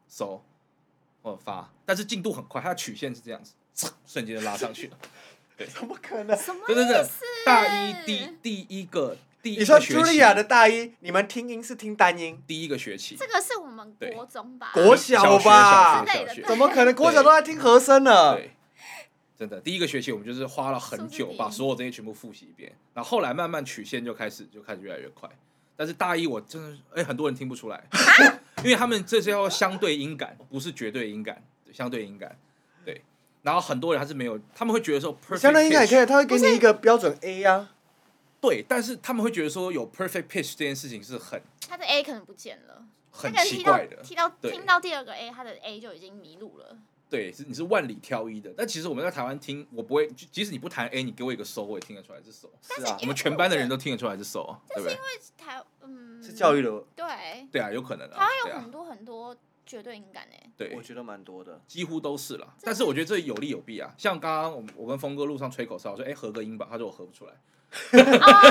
[SPEAKER 3] 收或发，但是进度很快，它的曲线是这样子，嚓瞬间就拉上去了。
[SPEAKER 1] 怎么可能？
[SPEAKER 2] 什么
[SPEAKER 3] 真的真
[SPEAKER 2] 意
[SPEAKER 3] 的
[SPEAKER 2] 思？，
[SPEAKER 3] 大一第第一个第
[SPEAKER 1] 你
[SPEAKER 3] 一
[SPEAKER 1] 说
[SPEAKER 3] 个学
[SPEAKER 1] 茱莉
[SPEAKER 3] 期，
[SPEAKER 1] 亚的大一，你们听音是听单音，
[SPEAKER 3] 第一个学期
[SPEAKER 2] 这，个是我们
[SPEAKER 3] 对
[SPEAKER 2] 国中吧？
[SPEAKER 1] 国
[SPEAKER 3] 小学
[SPEAKER 1] 吧
[SPEAKER 3] 小学小
[SPEAKER 2] 之类的
[SPEAKER 3] 学，
[SPEAKER 1] 怎么可能？国小都在听和声呢。
[SPEAKER 3] 对，真的第一个学期我们就是花了很
[SPEAKER 2] 数字
[SPEAKER 3] 久
[SPEAKER 2] 比
[SPEAKER 3] 把所有这些全部复习一遍，然后后来慢慢曲线就开始就开始越来越快，但是大一我真的是哎、很多人听不出来，因为他们这是要相对音感，不是绝对音感，对相对音感，对，然后很多人还是没有，他们会觉得说 perfect
[SPEAKER 1] 相当于应该也
[SPEAKER 3] pitch
[SPEAKER 1] 可以，他会给你一个标准 A 啊呀。
[SPEAKER 3] 对，但是他们会觉得说有 perfect pitch 这件事情是很
[SPEAKER 2] 他的 A 可能不见了，他
[SPEAKER 3] 很
[SPEAKER 2] 可能
[SPEAKER 3] 奇
[SPEAKER 2] 踢到
[SPEAKER 3] 怪的，
[SPEAKER 2] 踢到
[SPEAKER 3] 对
[SPEAKER 2] 听到第二个 A，他的 A 就已经迷路了。
[SPEAKER 3] 对，是你是万里挑一的，但其实我们在台湾听，我不会，即即使你不弹 A，你给我一个收，我也听得出来是收。
[SPEAKER 1] 是啊
[SPEAKER 3] 我，们全班的人都听得出来是手啊，对不对？
[SPEAKER 2] 台嗯，
[SPEAKER 1] 是教育的，
[SPEAKER 2] 对，
[SPEAKER 3] 对啊，有可能
[SPEAKER 2] 台
[SPEAKER 3] 啊
[SPEAKER 2] 湾，
[SPEAKER 3] 对
[SPEAKER 2] 有
[SPEAKER 3] 啊
[SPEAKER 2] 很，多很多绝对音感欸诶，
[SPEAKER 1] 我
[SPEAKER 3] 对，
[SPEAKER 1] 觉得蛮多的。
[SPEAKER 3] 几乎都是啦。但是我觉得这有利有弊啊。像刚刚我们我跟峰哥路上吹口哨，我说哎合个音吧，他说我合不出来。
[SPEAKER 2] 哦，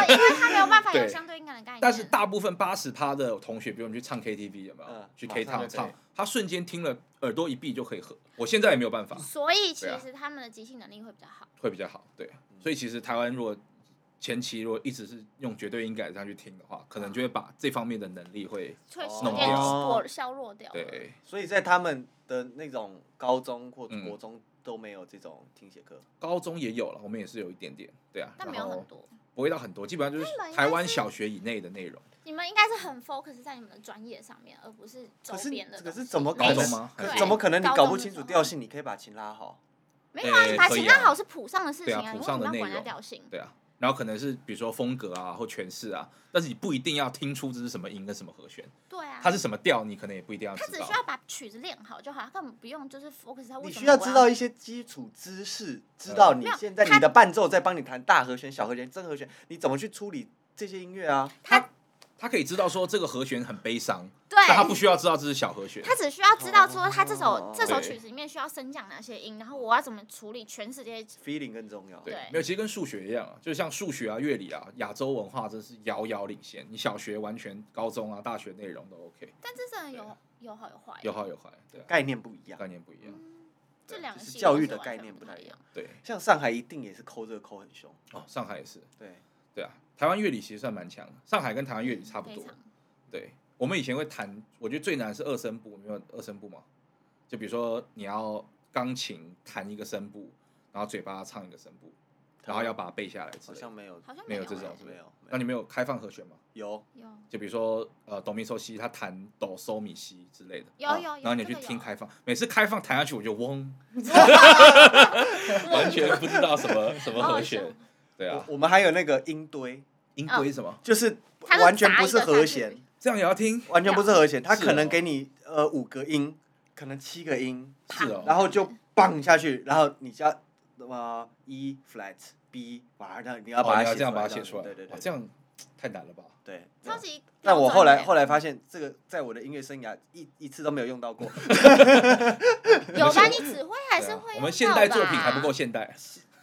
[SPEAKER 2] 因为他没有办法有
[SPEAKER 3] 对
[SPEAKER 2] 相对音感的概念。
[SPEAKER 3] 但是大部分八十趴的同学，比如我们去唱 KTV 有没有
[SPEAKER 1] 嗯？
[SPEAKER 3] 去
[SPEAKER 1] 马
[SPEAKER 3] K
[SPEAKER 1] 上就可
[SPEAKER 3] 唱
[SPEAKER 1] 以
[SPEAKER 3] 唱，他瞬间听了耳朵一闭就可以合。我现在也没有办
[SPEAKER 1] 嗯
[SPEAKER 3] 法，
[SPEAKER 2] 所以其
[SPEAKER 3] 对啊
[SPEAKER 2] 实他们的即兴能力会比较好。
[SPEAKER 3] 会比较好。对，啊
[SPEAKER 1] 嗯
[SPEAKER 3] 所以其实台湾如果前期如果一直是用绝对音感这样去听的话，可能就会把这方面的能力会
[SPEAKER 1] 哦
[SPEAKER 2] 会有点
[SPEAKER 3] 弄
[SPEAKER 1] 掉
[SPEAKER 2] 薄削弱掉。，
[SPEAKER 3] 对
[SPEAKER 1] 所以在他们的那种高中或
[SPEAKER 3] 嗯
[SPEAKER 1] 国中都没有这种听写课，
[SPEAKER 3] 高中也有了，我们也是有一点点，对啊，
[SPEAKER 2] 但没
[SPEAKER 3] 然
[SPEAKER 2] 有
[SPEAKER 3] 后
[SPEAKER 2] 很多。
[SPEAKER 3] 不会到很多，基本上就
[SPEAKER 2] 那你们
[SPEAKER 3] 是
[SPEAKER 2] 应该
[SPEAKER 3] 台湾
[SPEAKER 2] 是
[SPEAKER 3] 小学以内的内容。
[SPEAKER 2] 你们应该是很 focus 在你们的专业上面，而不是周
[SPEAKER 1] 可是
[SPEAKER 2] 边的东西。
[SPEAKER 1] 可是怎么
[SPEAKER 3] 高
[SPEAKER 1] 搞
[SPEAKER 3] 中
[SPEAKER 1] 的
[SPEAKER 3] 吗
[SPEAKER 1] 可
[SPEAKER 3] 还
[SPEAKER 1] 是
[SPEAKER 3] 是
[SPEAKER 1] 怎么可能你
[SPEAKER 2] 高中
[SPEAKER 1] 搞不
[SPEAKER 2] 的
[SPEAKER 1] 清
[SPEAKER 2] 时
[SPEAKER 1] 楚
[SPEAKER 2] 候
[SPEAKER 1] 调性？你可以把琴拉好，
[SPEAKER 2] 没有啊，
[SPEAKER 3] 诶
[SPEAKER 2] 你把
[SPEAKER 3] 可以
[SPEAKER 2] 琴
[SPEAKER 3] 啊
[SPEAKER 2] 拉好是谱上的事情
[SPEAKER 3] 对啊
[SPEAKER 2] 你
[SPEAKER 3] 谱
[SPEAKER 2] 为
[SPEAKER 3] 上
[SPEAKER 2] 什么
[SPEAKER 3] 的
[SPEAKER 2] 要
[SPEAKER 3] 内
[SPEAKER 2] 管人家
[SPEAKER 3] 容
[SPEAKER 2] 调性？
[SPEAKER 3] 对啊，然后可能是比如说风格啊或诠释啊，但是你不一定要听出这是什么音跟什么和弦，
[SPEAKER 2] 对啊，
[SPEAKER 3] 它是什么调，你可能也不一定要
[SPEAKER 2] 他
[SPEAKER 3] 知
[SPEAKER 2] 只
[SPEAKER 3] 道
[SPEAKER 2] 需。要把曲子练好就好，他根本不用就是 focus 在为
[SPEAKER 1] 你
[SPEAKER 2] 什
[SPEAKER 1] 需
[SPEAKER 2] 么
[SPEAKER 1] 要
[SPEAKER 2] 我
[SPEAKER 1] 知道一些基础知识，知道你
[SPEAKER 2] 没有
[SPEAKER 1] 现在
[SPEAKER 2] 他
[SPEAKER 1] 你的伴奏在帮你弹大和弦、小和弦、正和弦，你怎么去处理这些音乐啊？
[SPEAKER 3] 它它可以知道说这个和弦很悲伤，
[SPEAKER 2] 对，
[SPEAKER 3] 但它不需要知道这是小和弦。
[SPEAKER 2] 他只需要知道说他这首
[SPEAKER 1] 哦
[SPEAKER 2] 这首
[SPEAKER 3] 对
[SPEAKER 2] 曲子里面需要升降哪些音，然后我要怎么处理诠释这些。
[SPEAKER 1] feeling 更重要。
[SPEAKER 3] 对
[SPEAKER 2] 对，
[SPEAKER 3] 没有，其实跟数学一样啊，就像数学啊、乐理啊，亚洲文化真是遥遥领先。你小学完全，高中啊、大学内容都 OK，
[SPEAKER 2] 但这真的
[SPEAKER 3] 对
[SPEAKER 2] 有有好有坏，嗯
[SPEAKER 3] 有好有坏，对、啊，
[SPEAKER 1] 概念不一样。
[SPEAKER 3] 概念不一样，
[SPEAKER 2] 这
[SPEAKER 3] 对
[SPEAKER 2] 两个
[SPEAKER 1] 就是
[SPEAKER 2] 系
[SPEAKER 1] 教
[SPEAKER 2] 都
[SPEAKER 1] 育
[SPEAKER 2] 是
[SPEAKER 1] 的
[SPEAKER 2] 完
[SPEAKER 1] 概
[SPEAKER 2] 全
[SPEAKER 1] 念
[SPEAKER 2] 不
[SPEAKER 1] 不
[SPEAKER 2] 太
[SPEAKER 1] 太一
[SPEAKER 2] 样
[SPEAKER 1] 样。
[SPEAKER 3] 对，
[SPEAKER 1] 像上海一定也是抠这个抠很凶，
[SPEAKER 3] 哦，上海也是，
[SPEAKER 1] 对，
[SPEAKER 3] 对啊，台湾乐理其实算蛮强的，上海跟台湾乐理差不
[SPEAKER 2] 非
[SPEAKER 3] 多，
[SPEAKER 2] 常
[SPEAKER 3] 对，我们以前会弹，我觉得最难是二声部，没有二声部吗？就比如说你要钢琴弹一个声部，然后嘴巴唱一个声部，然后要把它背下来之
[SPEAKER 1] 好
[SPEAKER 3] 类
[SPEAKER 1] 像
[SPEAKER 3] 的。
[SPEAKER 1] 没有，
[SPEAKER 2] 好像
[SPEAKER 3] 没有
[SPEAKER 2] 有
[SPEAKER 3] 这
[SPEAKER 2] 欸
[SPEAKER 3] 种
[SPEAKER 1] 没有，
[SPEAKER 3] 那
[SPEAKER 1] 没
[SPEAKER 3] 你们有开放和弦吗？
[SPEAKER 1] 有
[SPEAKER 2] 有
[SPEAKER 3] 就比如说呃，哆咪嗦西，他弹哆嗦咪西之类的，
[SPEAKER 2] 有
[SPEAKER 1] 啊
[SPEAKER 2] 有有，
[SPEAKER 3] 哦然后你
[SPEAKER 2] 这
[SPEAKER 3] 去
[SPEAKER 2] 个有
[SPEAKER 3] 听开放，每次开放弹下去我就 嗡，完全不知道什 么什么和
[SPEAKER 2] 好好
[SPEAKER 1] 哦
[SPEAKER 3] 弦
[SPEAKER 2] 笑，
[SPEAKER 3] 对啊
[SPEAKER 1] 我，我们还有那个音堆，
[SPEAKER 3] 音规什么，
[SPEAKER 1] 就是
[SPEAKER 2] 它就
[SPEAKER 1] 完全
[SPEAKER 2] 砸
[SPEAKER 1] 不
[SPEAKER 2] 一
[SPEAKER 1] 是
[SPEAKER 2] 个
[SPEAKER 1] 和
[SPEAKER 2] 上去
[SPEAKER 1] 弦，
[SPEAKER 3] 这样也要听，
[SPEAKER 1] 完全不是和弦，它
[SPEAKER 3] 是
[SPEAKER 1] 可
[SPEAKER 3] 哦
[SPEAKER 1] 能给你呃五个音，可能七个音，
[SPEAKER 3] 是哦
[SPEAKER 1] 然后就棒下去，然后你加呃 E flat B，哇，那你要
[SPEAKER 3] 哦
[SPEAKER 1] 把它
[SPEAKER 3] 你要
[SPEAKER 1] 写
[SPEAKER 3] 这样把它
[SPEAKER 1] 这
[SPEAKER 3] 写
[SPEAKER 1] 样
[SPEAKER 3] 出来，
[SPEAKER 1] 对对
[SPEAKER 3] 哇
[SPEAKER 1] 对，
[SPEAKER 3] 这样太难了吧？
[SPEAKER 1] 对。
[SPEAKER 2] 超级。
[SPEAKER 1] 但我后来后
[SPEAKER 2] 来
[SPEAKER 1] 来发现，这个在我的音乐生涯一一次都没有用到过，
[SPEAKER 2] 有 吧？你指挥还是
[SPEAKER 3] 对啊
[SPEAKER 2] 会
[SPEAKER 3] 我
[SPEAKER 2] 用
[SPEAKER 3] 们现
[SPEAKER 2] 到
[SPEAKER 3] 代作
[SPEAKER 2] 吧
[SPEAKER 3] 品还不够现代，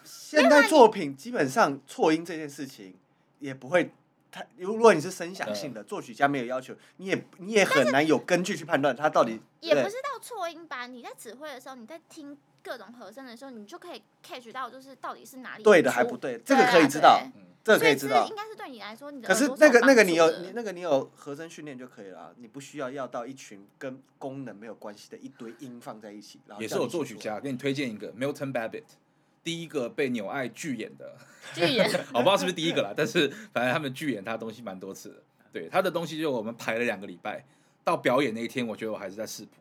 [SPEAKER 1] 现代作品基本上错音这件事情也不会太，如果你是声响性的，
[SPEAKER 3] 呃
[SPEAKER 1] 作曲家没有要求，你也你也很难有根据去判断它到底
[SPEAKER 2] 也不
[SPEAKER 1] 对
[SPEAKER 2] 是到错音吧？你在指挥的时候，你在听各种和声的时候，你就可以 catch 到，就是到底是哪里
[SPEAKER 1] 对的还
[SPEAKER 2] 出
[SPEAKER 1] 不对，这个可以知道，
[SPEAKER 3] 嗯，
[SPEAKER 1] 这个
[SPEAKER 2] 对所
[SPEAKER 1] 可
[SPEAKER 2] 以
[SPEAKER 1] 以知道
[SPEAKER 2] 这应。该是对你来说，你的
[SPEAKER 1] 可是
[SPEAKER 2] 耳朵
[SPEAKER 1] 那个
[SPEAKER 2] 有
[SPEAKER 1] 那个
[SPEAKER 2] 帮
[SPEAKER 1] 你
[SPEAKER 2] 助
[SPEAKER 1] 有
[SPEAKER 2] 的
[SPEAKER 1] 你那个你有和声训练就可以了啊，你不需要要到一群跟功能没有关系的一堆音放在一起，然后
[SPEAKER 3] 也是
[SPEAKER 1] 叫
[SPEAKER 3] 我
[SPEAKER 1] 你去
[SPEAKER 3] 作曲家，给你推荐一个 Milton Babbitt，第一个被纽爱拒演的，
[SPEAKER 2] 巨人
[SPEAKER 3] 我不知道是不是第一个啦，但是反正他们拒演他的东西蛮多次的。对他的东西，就我们排了两个礼拜，到表演那一天，我觉得我还是在试谱，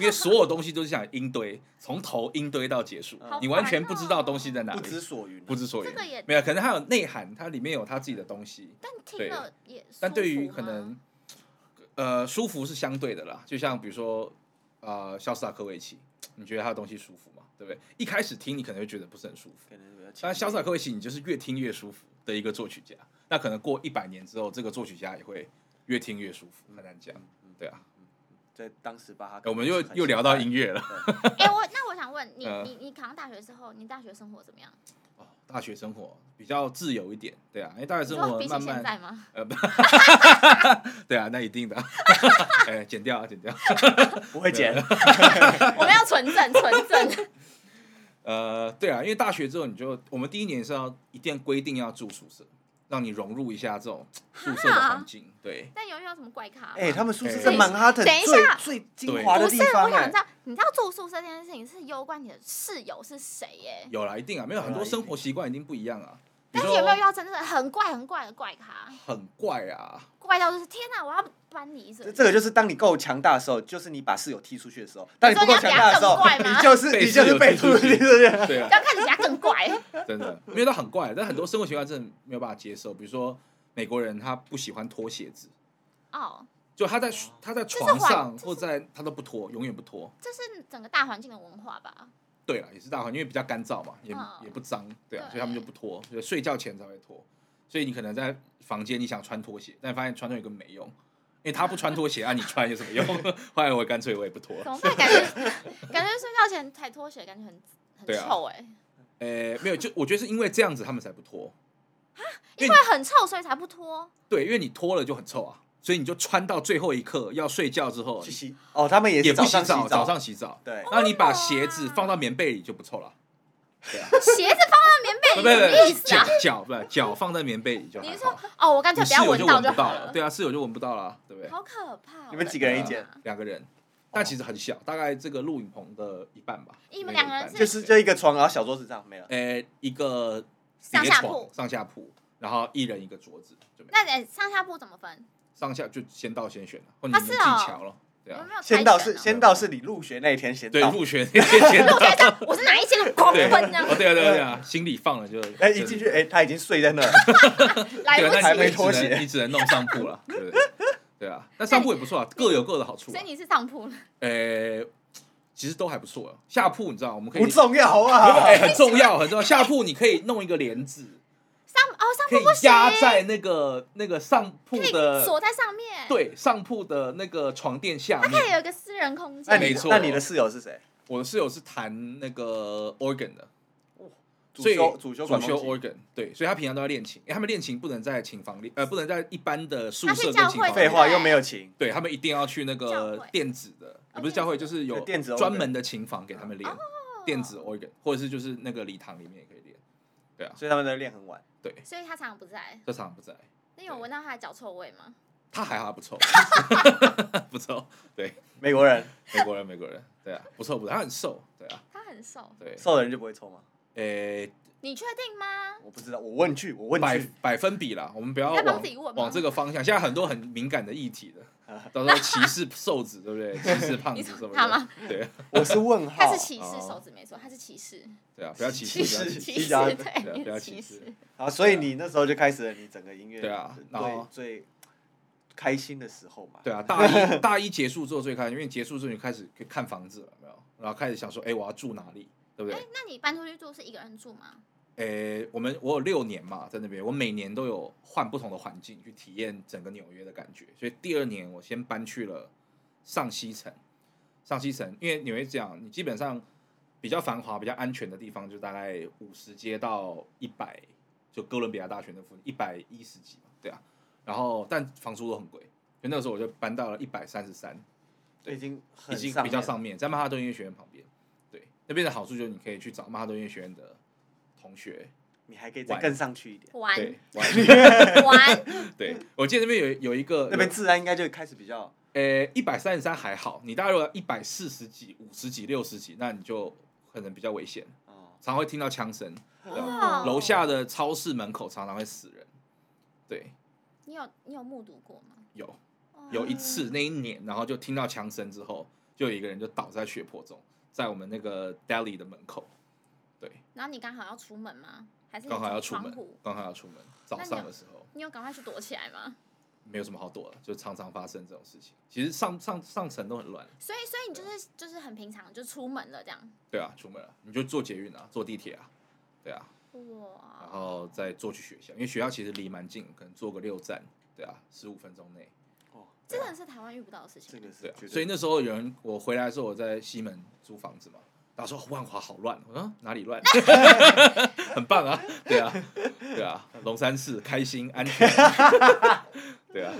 [SPEAKER 3] 因为所有东西都是想音堆，从头音堆到结束
[SPEAKER 1] 好烦，哦
[SPEAKER 3] 你完全不知道东西在哪
[SPEAKER 1] 不
[SPEAKER 3] 里，
[SPEAKER 1] 知所云啊，
[SPEAKER 3] 不知所云
[SPEAKER 2] 这个也。
[SPEAKER 3] 没有，可能它有内涵，它里面有它自己的东西。
[SPEAKER 2] 但听
[SPEAKER 3] 对
[SPEAKER 2] 了也舒服吗，
[SPEAKER 3] 但对于可能，呃，舒服是相对的啦。就像比如说，呃，肖斯塔科维奇，你觉得他的东西舒服吗？对不对？一开始听你可能会觉得不是很舒服。
[SPEAKER 1] 可能比较
[SPEAKER 3] 但
[SPEAKER 1] 强
[SPEAKER 3] 肖斯塔
[SPEAKER 1] 烈
[SPEAKER 3] 科维奇，你就是越听越舒服的一个作曲家。那可能过一百年之后，这个作曲家也会越听越舒服，很难讲。对啊，
[SPEAKER 1] 嗯在当时巴哈，
[SPEAKER 3] 我们又又聊到音
[SPEAKER 1] 乐，
[SPEAKER 3] 乐了。
[SPEAKER 2] 哎、我那我想问你，
[SPEAKER 3] 嗯
[SPEAKER 2] 你你考上大学之后，你大学生活怎么样？
[SPEAKER 3] 哦，大学生活比较自由一点，对啊，因为大学
[SPEAKER 2] 你
[SPEAKER 3] 生
[SPEAKER 2] 说
[SPEAKER 3] 活
[SPEAKER 2] 比起
[SPEAKER 3] 慢
[SPEAKER 2] 现
[SPEAKER 3] 慢，
[SPEAKER 2] 在 吗？
[SPEAKER 3] 对啊，那一定的。 哎，剪掉啊，剪掉。
[SPEAKER 1] 不会 剪，
[SPEAKER 2] 我们要纯正，纯正。
[SPEAKER 3] 呃，对啊，因为大学之后你就，我们第一年是要一定规定要住宿舍，让你融入一下这种宿舍的环境。对，
[SPEAKER 2] 但有遇到什么怪咖吗？
[SPEAKER 1] 哎，他们宿舍
[SPEAKER 3] 哎
[SPEAKER 1] 在曼哈顿
[SPEAKER 2] 啊等一下
[SPEAKER 1] 最最精华的
[SPEAKER 2] 不
[SPEAKER 1] 地
[SPEAKER 2] 是，
[SPEAKER 1] 方
[SPEAKER 2] 我想
[SPEAKER 1] 哎
[SPEAKER 2] 知，道，你知道住宿舍这件事情是攸关你的室友是谁耶、
[SPEAKER 3] 有啦，一定啊，没有很多生活习惯已经不一样啊。比
[SPEAKER 2] 但
[SPEAKER 3] 如
[SPEAKER 2] 是有没有遇
[SPEAKER 3] 说
[SPEAKER 2] 到真的很怪很怪的怪咖？
[SPEAKER 3] 很怪啊，
[SPEAKER 2] 怪到就是天哪、我要搬离这
[SPEAKER 1] 这
[SPEAKER 2] 里。
[SPEAKER 1] 这个就是当你够强大的时候，就是你把室友踢出去的时候；当不够强大的时
[SPEAKER 2] 你
[SPEAKER 1] 候
[SPEAKER 2] 说你要比他更怪，
[SPEAKER 1] 你
[SPEAKER 2] 吗
[SPEAKER 1] 就是你就是被出去，对不
[SPEAKER 3] 对啊，啊
[SPEAKER 2] 要看人家更怪，
[SPEAKER 3] 真的没有到很怪，但很多生活习惯真的没有办法接受。比如说美国人他不喜欢脱鞋子，
[SPEAKER 2] 哦，
[SPEAKER 3] 就他在他在
[SPEAKER 2] 是
[SPEAKER 3] 床
[SPEAKER 2] 环
[SPEAKER 3] 上或在他都不脱，永远不脱。
[SPEAKER 2] 这是整个大环境的文化吧？
[SPEAKER 3] 对了，也是大环，因为比较干燥嘛，也、
[SPEAKER 2] 嗯
[SPEAKER 3] 也不脏，对啊，
[SPEAKER 2] 对
[SPEAKER 3] 所以他们就不脱，就睡觉前才会脱。所以你可能在房间你想穿拖鞋，但发现穿拖鞋根本没用，因为他不穿拖鞋啊，你穿有什么用？ 后来我干脆我也不脱。
[SPEAKER 2] 怎么办？感觉 感觉睡觉前踩拖鞋，感觉很很
[SPEAKER 3] 对啊
[SPEAKER 2] 臭哎、
[SPEAKER 3] 呃，没有，就我觉得是因为这样子他们才不脱。
[SPEAKER 2] 因
[SPEAKER 3] 因为
[SPEAKER 2] 为很臭，所以才不脱。
[SPEAKER 3] 对，因为你脱了就很臭啊，所以你就穿到最后一刻要睡觉之后
[SPEAKER 1] 对？去洗哦，他们也
[SPEAKER 3] 也
[SPEAKER 1] 是
[SPEAKER 3] 不
[SPEAKER 1] 早
[SPEAKER 3] 洗
[SPEAKER 1] 上
[SPEAKER 3] 澡，
[SPEAKER 1] 澡
[SPEAKER 3] 早，上洗澡，
[SPEAKER 1] 对，
[SPEAKER 2] 哦
[SPEAKER 3] 那你把鞋子放到棉被里就不臭了。对啊，
[SPEAKER 2] 鞋子放在棉被
[SPEAKER 3] 不
[SPEAKER 2] 里
[SPEAKER 3] 不
[SPEAKER 2] 什么意
[SPEAKER 3] 不，
[SPEAKER 2] 思啊
[SPEAKER 3] 脚？脚不脚放在棉被里就还
[SPEAKER 2] 你
[SPEAKER 3] 好。
[SPEAKER 2] 是说哦，我干脆
[SPEAKER 3] 你
[SPEAKER 2] 不
[SPEAKER 3] 室
[SPEAKER 2] 要
[SPEAKER 3] 友就
[SPEAKER 2] 到
[SPEAKER 3] 闻不
[SPEAKER 2] 好
[SPEAKER 3] 了，
[SPEAKER 2] 了。
[SPEAKER 3] 对啊，室友就闻不到了，对不对？
[SPEAKER 2] 好可怕哦！
[SPEAKER 1] 你们几个人一
[SPEAKER 2] 我的
[SPEAKER 1] 间
[SPEAKER 2] 天哪？
[SPEAKER 3] 两个人，但其实很小，大概这个录影棚的一半吧。
[SPEAKER 2] 哦你们
[SPEAKER 3] 那
[SPEAKER 2] 两
[SPEAKER 3] 个
[SPEAKER 2] 个人
[SPEAKER 3] 半
[SPEAKER 2] 是
[SPEAKER 1] 就是就一个床，然后小桌子这样没了。
[SPEAKER 3] 呃一个
[SPEAKER 2] 上
[SPEAKER 3] 叠
[SPEAKER 2] 下
[SPEAKER 3] 床
[SPEAKER 2] 铺
[SPEAKER 3] 上下铺，然后一人一个桌子，就没了
[SPEAKER 2] 那得上下铺怎么分？
[SPEAKER 3] 上下就先到先选了，或你
[SPEAKER 2] 啊
[SPEAKER 3] 们技
[SPEAKER 2] 是哦嗯
[SPEAKER 3] 巧了，对
[SPEAKER 2] 有
[SPEAKER 3] 啊，
[SPEAKER 2] 没有
[SPEAKER 1] 先
[SPEAKER 2] 猜
[SPEAKER 1] 到
[SPEAKER 2] 拳
[SPEAKER 1] 是
[SPEAKER 2] 啊
[SPEAKER 1] 先到是你入学那一天先
[SPEAKER 3] 对
[SPEAKER 1] 到，
[SPEAKER 3] 入学那天先到，
[SPEAKER 2] 我是哪 一间的狂
[SPEAKER 3] 对，
[SPEAKER 2] 奔呢
[SPEAKER 3] 哦？对啊对啊 对啊，心里放了就
[SPEAKER 1] 哎
[SPEAKER 3] 就
[SPEAKER 1] 一
[SPEAKER 3] 是
[SPEAKER 1] 进去哎他已经睡在那儿，
[SPEAKER 2] 来
[SPEAKER 3] 对，啊
[SPEAKER 2] 不
[SPEAKER 3] 那
[SPEAKER 2] 及，
[SPEAKER 3] 你
[SPEAKER 1] 还没
[SPEAKER 3] 只
[SPEAKER 1] 脱
[SPEAKER 3] 能
[SPEAKER 1] 鞋
[SPEAKER 3] 你只能弄上 铺了，对不对？对啊，那上铺也不错啊，各有各的好处
[SPEAKER 2] 所
[SPEAKER 3] 啊
[SPEAKER 2] 以。你是上铺了。
[SPEAKER 3] 呃，其实都还不错啊。下铺你知道，我们可以
[SPEAKER 1] 不重要好不好？
[SPEAKER 3] 哎很重要很重要。下铺你可以弄一个帘子，
[SPEAKER 2] 上哦，上
[SPEAKER 3] 可以压在那个那个上铺
[SPEAKER 2] 可以
[SPEAKER 3] 的
[SPEAKER 2] 锁在上面，，
[SPEAKER 3] 对上铺的那个床垫下
[SPEAKER 2] 它可以
[SPEAKER 3] 面。
[SPEAKER 2] 有一个私人空
[SPEAKER 1] 那
[SPEAKER 2] 间。哦
[SPEAKER 1] 你
[SPEAKER 3] 没错
[SPEAKER 1] 那你的室友是谁？
[SPEAKER 3] 我的室友是弹那个 organ 的，
[SPEAKER 1] 主
[SPEAKER 3] 所以
[SPEAKER 1] 修主修管风琴
[SPEAKER 3] organ 对，所以他平常都在练琴，因为他们练琴不能在琴房练，呃，不能在一般的宿
[SPEAKER 2] 他去
[SPEAKER 3] 舍
[SPEAKER 2] 教
[SPEAKER 3] 跟琴
[SPEAKER 2] 会
[SPEAKER 3] 房
[SPEAKER 1] 废
[SPEAKER 3] 练。
[SPEAKER 1] 话又没有琴，
[SPEAKER 3] 对他们一定要去那
[SPEAKER 2] 教
[SPEAKER 3] 个
[SPEAKER 2] 会哦
[SPEAKER 3] 电子的，也不
[SPEAKER 2] 电
[SPEAKER 3] 是教会，
[SPEAKER 2] 子
[SPEAKER 3] 就是有
[SPEAKER 1] 对电子 organ
[SPEAKER 3] 专门的琴房给他们练
[SPEAKER 2] 哦
[SPEAKER 3] 电子 organ，或者是就是那个礼堂里面也可以练。
[SPEAKER 1] 所以他们在练很晚。
[SPEAKER 3] 对，
[SPEAKER 2] 所以他常常不在。
[SPEAKER 3] 这场不在，
[SPEAKER 2] 那有闻到他的脚臭味吗？
[SPEAKER 3] 他还好 不错， 不错，对，
[SPEAKER 1] 美国人
[SPEAKER 3] 美国人美国人，对啊，不错不错，他很瘦，对啊，
[SPEAKER 2] 他很瘦，
[SPEAKER 3] 对，
[SPEAKER 1] 瘦的人就不会抽吗？
[SPEAKER 3] 诶，
[SPEAKER 2] 你确定吗？
[SPEAKER 1] 我不知道，我问句，我问
[SPEAKER 3] 呃百
[SPEAKER 1] 句，
[SPEAKER 3] 百分比啦，我们不要
[SPEAKER 2] 你在帮
[SPEAKER 3] 往
[SPEAKER 2] 自己问吗
[SPEAKER 3] 往这个方向，现在很多很敏感的议题的。到时候歧视瘦子，对不 对？歧视胖
[SPEAKER 2] 你
[SPEAKER 3] 子
[SPEAKER 2] 说
[SPEAKER 3] 什 么的？
[SPEAKER 2] 他吗
[SPEAKER 3] 对
[SPEAKER 1] 我是问号
[SPEAKER 2] 他。是歧视
[SPEAKER 3] 哦
[SPEAKER 2] 手指没错，他是歧视，
[SPEAKER 3] 对啊，不要歧视，不要
[SPEAKER 1] 歧视
[SPEAKER 3] 歧视
[SPEAKER 2] 歧视，
[SPEAKER 1] 歧视
[SPEAKER 3] 对
[SPEAKER 2] 对，你
[SPEAKER 3] 不要
[SPEAKER 2] 是
[SPEAKER 3] 歧
[SPEAKER 2] 歧
[SPEAKER 3] 视
[SPEAKER 2] 视。
[SPEAKER 1] 好，所以你那时候就开始了你整个音乐
[SPEAKER 3] 对啊然
[SPEAKER 1] 最
[SPEAKER 3] 后
[SPEAKER 1] 最开心的时候嘛。
[SPEAKER 3] 对啊，大 一大一结束之后最开心，因为结束之后你开始看房子了，有没有？然后开始想说，哎、我要住哪里，对不对
[SPEAKER 2] 哎？，那你搬出去住是一个人住吗？
[SPEAKER 3] 诶、呃我们我有六年嘛，在那边，我每年都有换不同的环境去体验整个纽约的感觉。所以第二年我先搬去了上西城，上西城，因为纽约这样，你基本上比较繁华、比较安全的地方，就大概五十街到一百，就哥伦比亚大学那附近一百一十几嘛，对啊。然后但房租都很贵，所以那个时候我就搬到了一百三十三，对
[SPEAKER 1] 已经
[SPEAKER 3] 已
[SPEAKER 1] 很
[SPEAKER 3] 经
[SPEAKER 1] 上
[SPEAKER 3] 比较
[SPEAKER 1] 面了
[SPEAKER 3] 上面，在曼哈顿音乐学院旁边。对，那边的好处就是你可以去找曼哈顿音乐学院的同学。
[SPEAKER 1] 你还可以再更上去一点。
[SPEAKER 2] 玩
[SPEAKER 3] 对，
[SPEAKER 2] 玩，
[SPEAKER 3] 对，我记得那边有有一个
[SPEAKER 1] 那边，治安应该就开始比较
[SPEAKER 3] 呃，一百三十三还好，你大概如果一百四十几、五十几、六十几，那你就可能比较危险，
[SPEAKER 1] 哦，
[SPEAKER 3] 常会听到枪声，对
[SPEAKER 2] 哦
[SPEAKER 3] 楼下的超市门口常常会死人。对，
[SPEAKER 2] 你有你有目睹过吗？
[SPEAKER 3] 有
[SPEAKER 2] 哇
[SPEAKER 3] 有一
[SPEAKER 2] 嗯
[SPEAKER 3] 次那一年，然后就听到枪声之后，就有一个人就倒在血泊中，在我们那个 deli 的门口。对，
[SPEAKER 2] 然后你刚好要出门吗？还是你
[SPEAKER 3] 刚好要
[SPEAKER 2] 从
[SPEAKER 3] 出门
[SPEAKER 2] 窗户，
[SPEAKER 3] 刚好要出门，早
[SPEAKER 2] 那你
[SPEAKER 3] 上
[SPEAKER 2] 有
[SPEAKER 3] 的时候。
[SPEAKER 2] 你有赶快去躲起来吗？
[SPEAKER 3] 没有什么好躲的，就常常发生这种事情。其实上上上层都很乱，
[SPEAKER 2] 所以，所以你就是就是很平常，就出门了这样。
[SPEAKER 3] 对啊，出门了你就坐捷运啊，坐地铁啊，对啊，然
[SPEAKER 2] 哇，
[SPEAKER 3] 后再坐去学校，因为学校其实离蛮近，可能坐个六站，对啊，十五分钟内，
[SPEAKER 1] 哦，
[SPEAKER 2] 这
[SPEAKER 3] 啊
[SPEAKER 2] 真的是台湾遇不到的事
[SPEAKER 1] 这
[SPEAKER 2] 情。
[SPEAKER 1] 个是
[SPEAKER 3] 对啊
[SPEAKER 1] 绝，对
[SPEAKER 3] 所以那时候有人我回来的时候我在西门租房子嘛，他说万华好乱，我说啊哪 里乱，很棒啊，对啊，对啊，龙山寺开心 安全，对啊，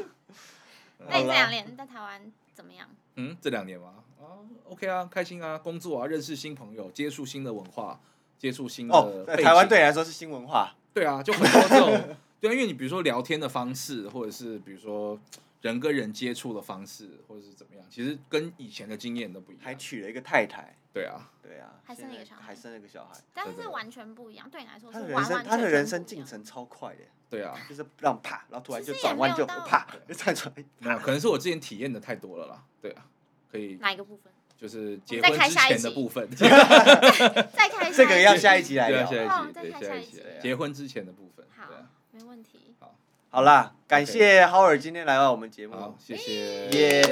[SPEAKER 2] 那你这
[SPEAKER 1] 好啦
[SPEAKER 2] 两年在台湾怎么样？
[SPEAKER 3] 嗯，这两年吗？啊，OK 啊，开心啊，工作啊，认识新朋友，接触新的文化，接触新的
[SPEAKER 1] 哦，
[SPEAKER 3] 背
[SPEAKER 1] 在
[SPEAKER 3] 景。
[SPEAKER 1] 台湾对你来说是新文化，
[SPEAKER 3] 对啊，就很多这种对啊，因为你比如说聊天的方式，或者是比如说人跟人接触的方式，或者是怎么样，其实跟以前的经验都不一
[SPEAKER 1] 还
[SPEAKER 3] 样。
[SPEAKER 1] 娶了一个太太，
[SPEAKER 3] 对啊，
[SPEAKER 1] 对啊，
[SPEAKER 2] 还生了一个
[SPEAKER 1] 现
[SPEAKER 2] 小
[SPEAKER 1] 在
[SPEAKER 2] 孩
[SPEAKER 1] 还生了一个小孩。
[SPEAKER 2] 但
[SPEAKER 3] 对
[SPEAKER 2] 是
[SPEAKER 3] 对
[SPEAKER 2] 完全不一样，对你来说
[SPEAKER 1] 他
[SPEAKER 2] 是
[SPEAKER 1] 的人
[SPEAKER 2] 完完全
[SPEAKER 1] 生，
[SPEAKER 2] 全不一
[SPEAKER 1] 他
[SPEAKER 2] 样
[SPEAKER 1] 的人生进。程超快的，
[SPEAKER 3] 对啊，
[SPEAKER 1] 就是让啪，然后突然就
[SPEAKER 2] 其实也
[SPEAKER 1] 转弯就
[SPEAKER 2] 没有到
[SPEAKER 1] 啪， 就站出 来。
[SPEAKER 3] 没有，可能是我之前体验的太多了啦。对啊，可以
[SPEAKER 2] 哪一个部 分？
[SPEAKER 3] 就是结
[SPEAKER 2] 我
[SPEAKER 3] 婚
[SPEAKER 2] 们再开
[SPEAKER 3] 之
[SPEAKER 2] 下一
[SPEAKER 3] 前
[SPEAKER 2] 集
[SPEAKER 3] 的部分，
[SPEAKER 2] 再看一下
[SPEAKER 1] 这个要下一集来
[SPEAKER 3] 对啊，
[SPEAKER 1] 聊。
[SPEAKER 3] 下一集，
[SPEAKER 2] 哦再
[SPEAKER 3] 对，
[SPEAKER 2] 看
[SPEAKER 3] 下
[SPEAKER 2] 下
[SPEAKER 3] 一
[SPEAKER 2] 一
[SPEAKER 3] 集
[SPEAKER 2] 集，
[SPEAKER 3] 结婚之前的部分。
[SPEAKER 2] 好
[SPEAKER 3] 对啊，，
[SPEAKER 2] 没问题。
[SPEAKER 1] 好啦，感谢浩尔今天来到我们节目
[SPEAKER 3] 好，，谢谢，
[SPEAKER 1] 耶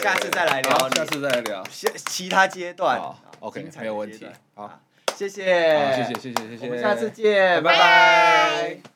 [SPEAKER 1] 下次再来聊
[SPEAKER 3] 好
[SPEAKER 1] 你
[SPEAKER 3] 下次再来聊。
[SPEAKER 1] 下其他阶段
[SPEAKER 3] 好
[SPEAKER 1] 啊
[SPEAKER 3] ，OK，
[SPEAKER 1] 精彩
[SPEAKER 3] 没有
[SPEAKER 1] 的
[SPEAKER 3] 问
[SPEAKER 1] 阶
[SPEAKER 3] 题
[SPEAKER 1] 段啊
[SPEAKER 3] 好
[SPEAKER 1] 好，谢谢，
[SPEAKER 3] 好，谢谢，谢谢，谢谢，
[SPEAKER 1] 我们下次见，
[SPEAKER 3] 拜
[SPEAKER 1] 拜拜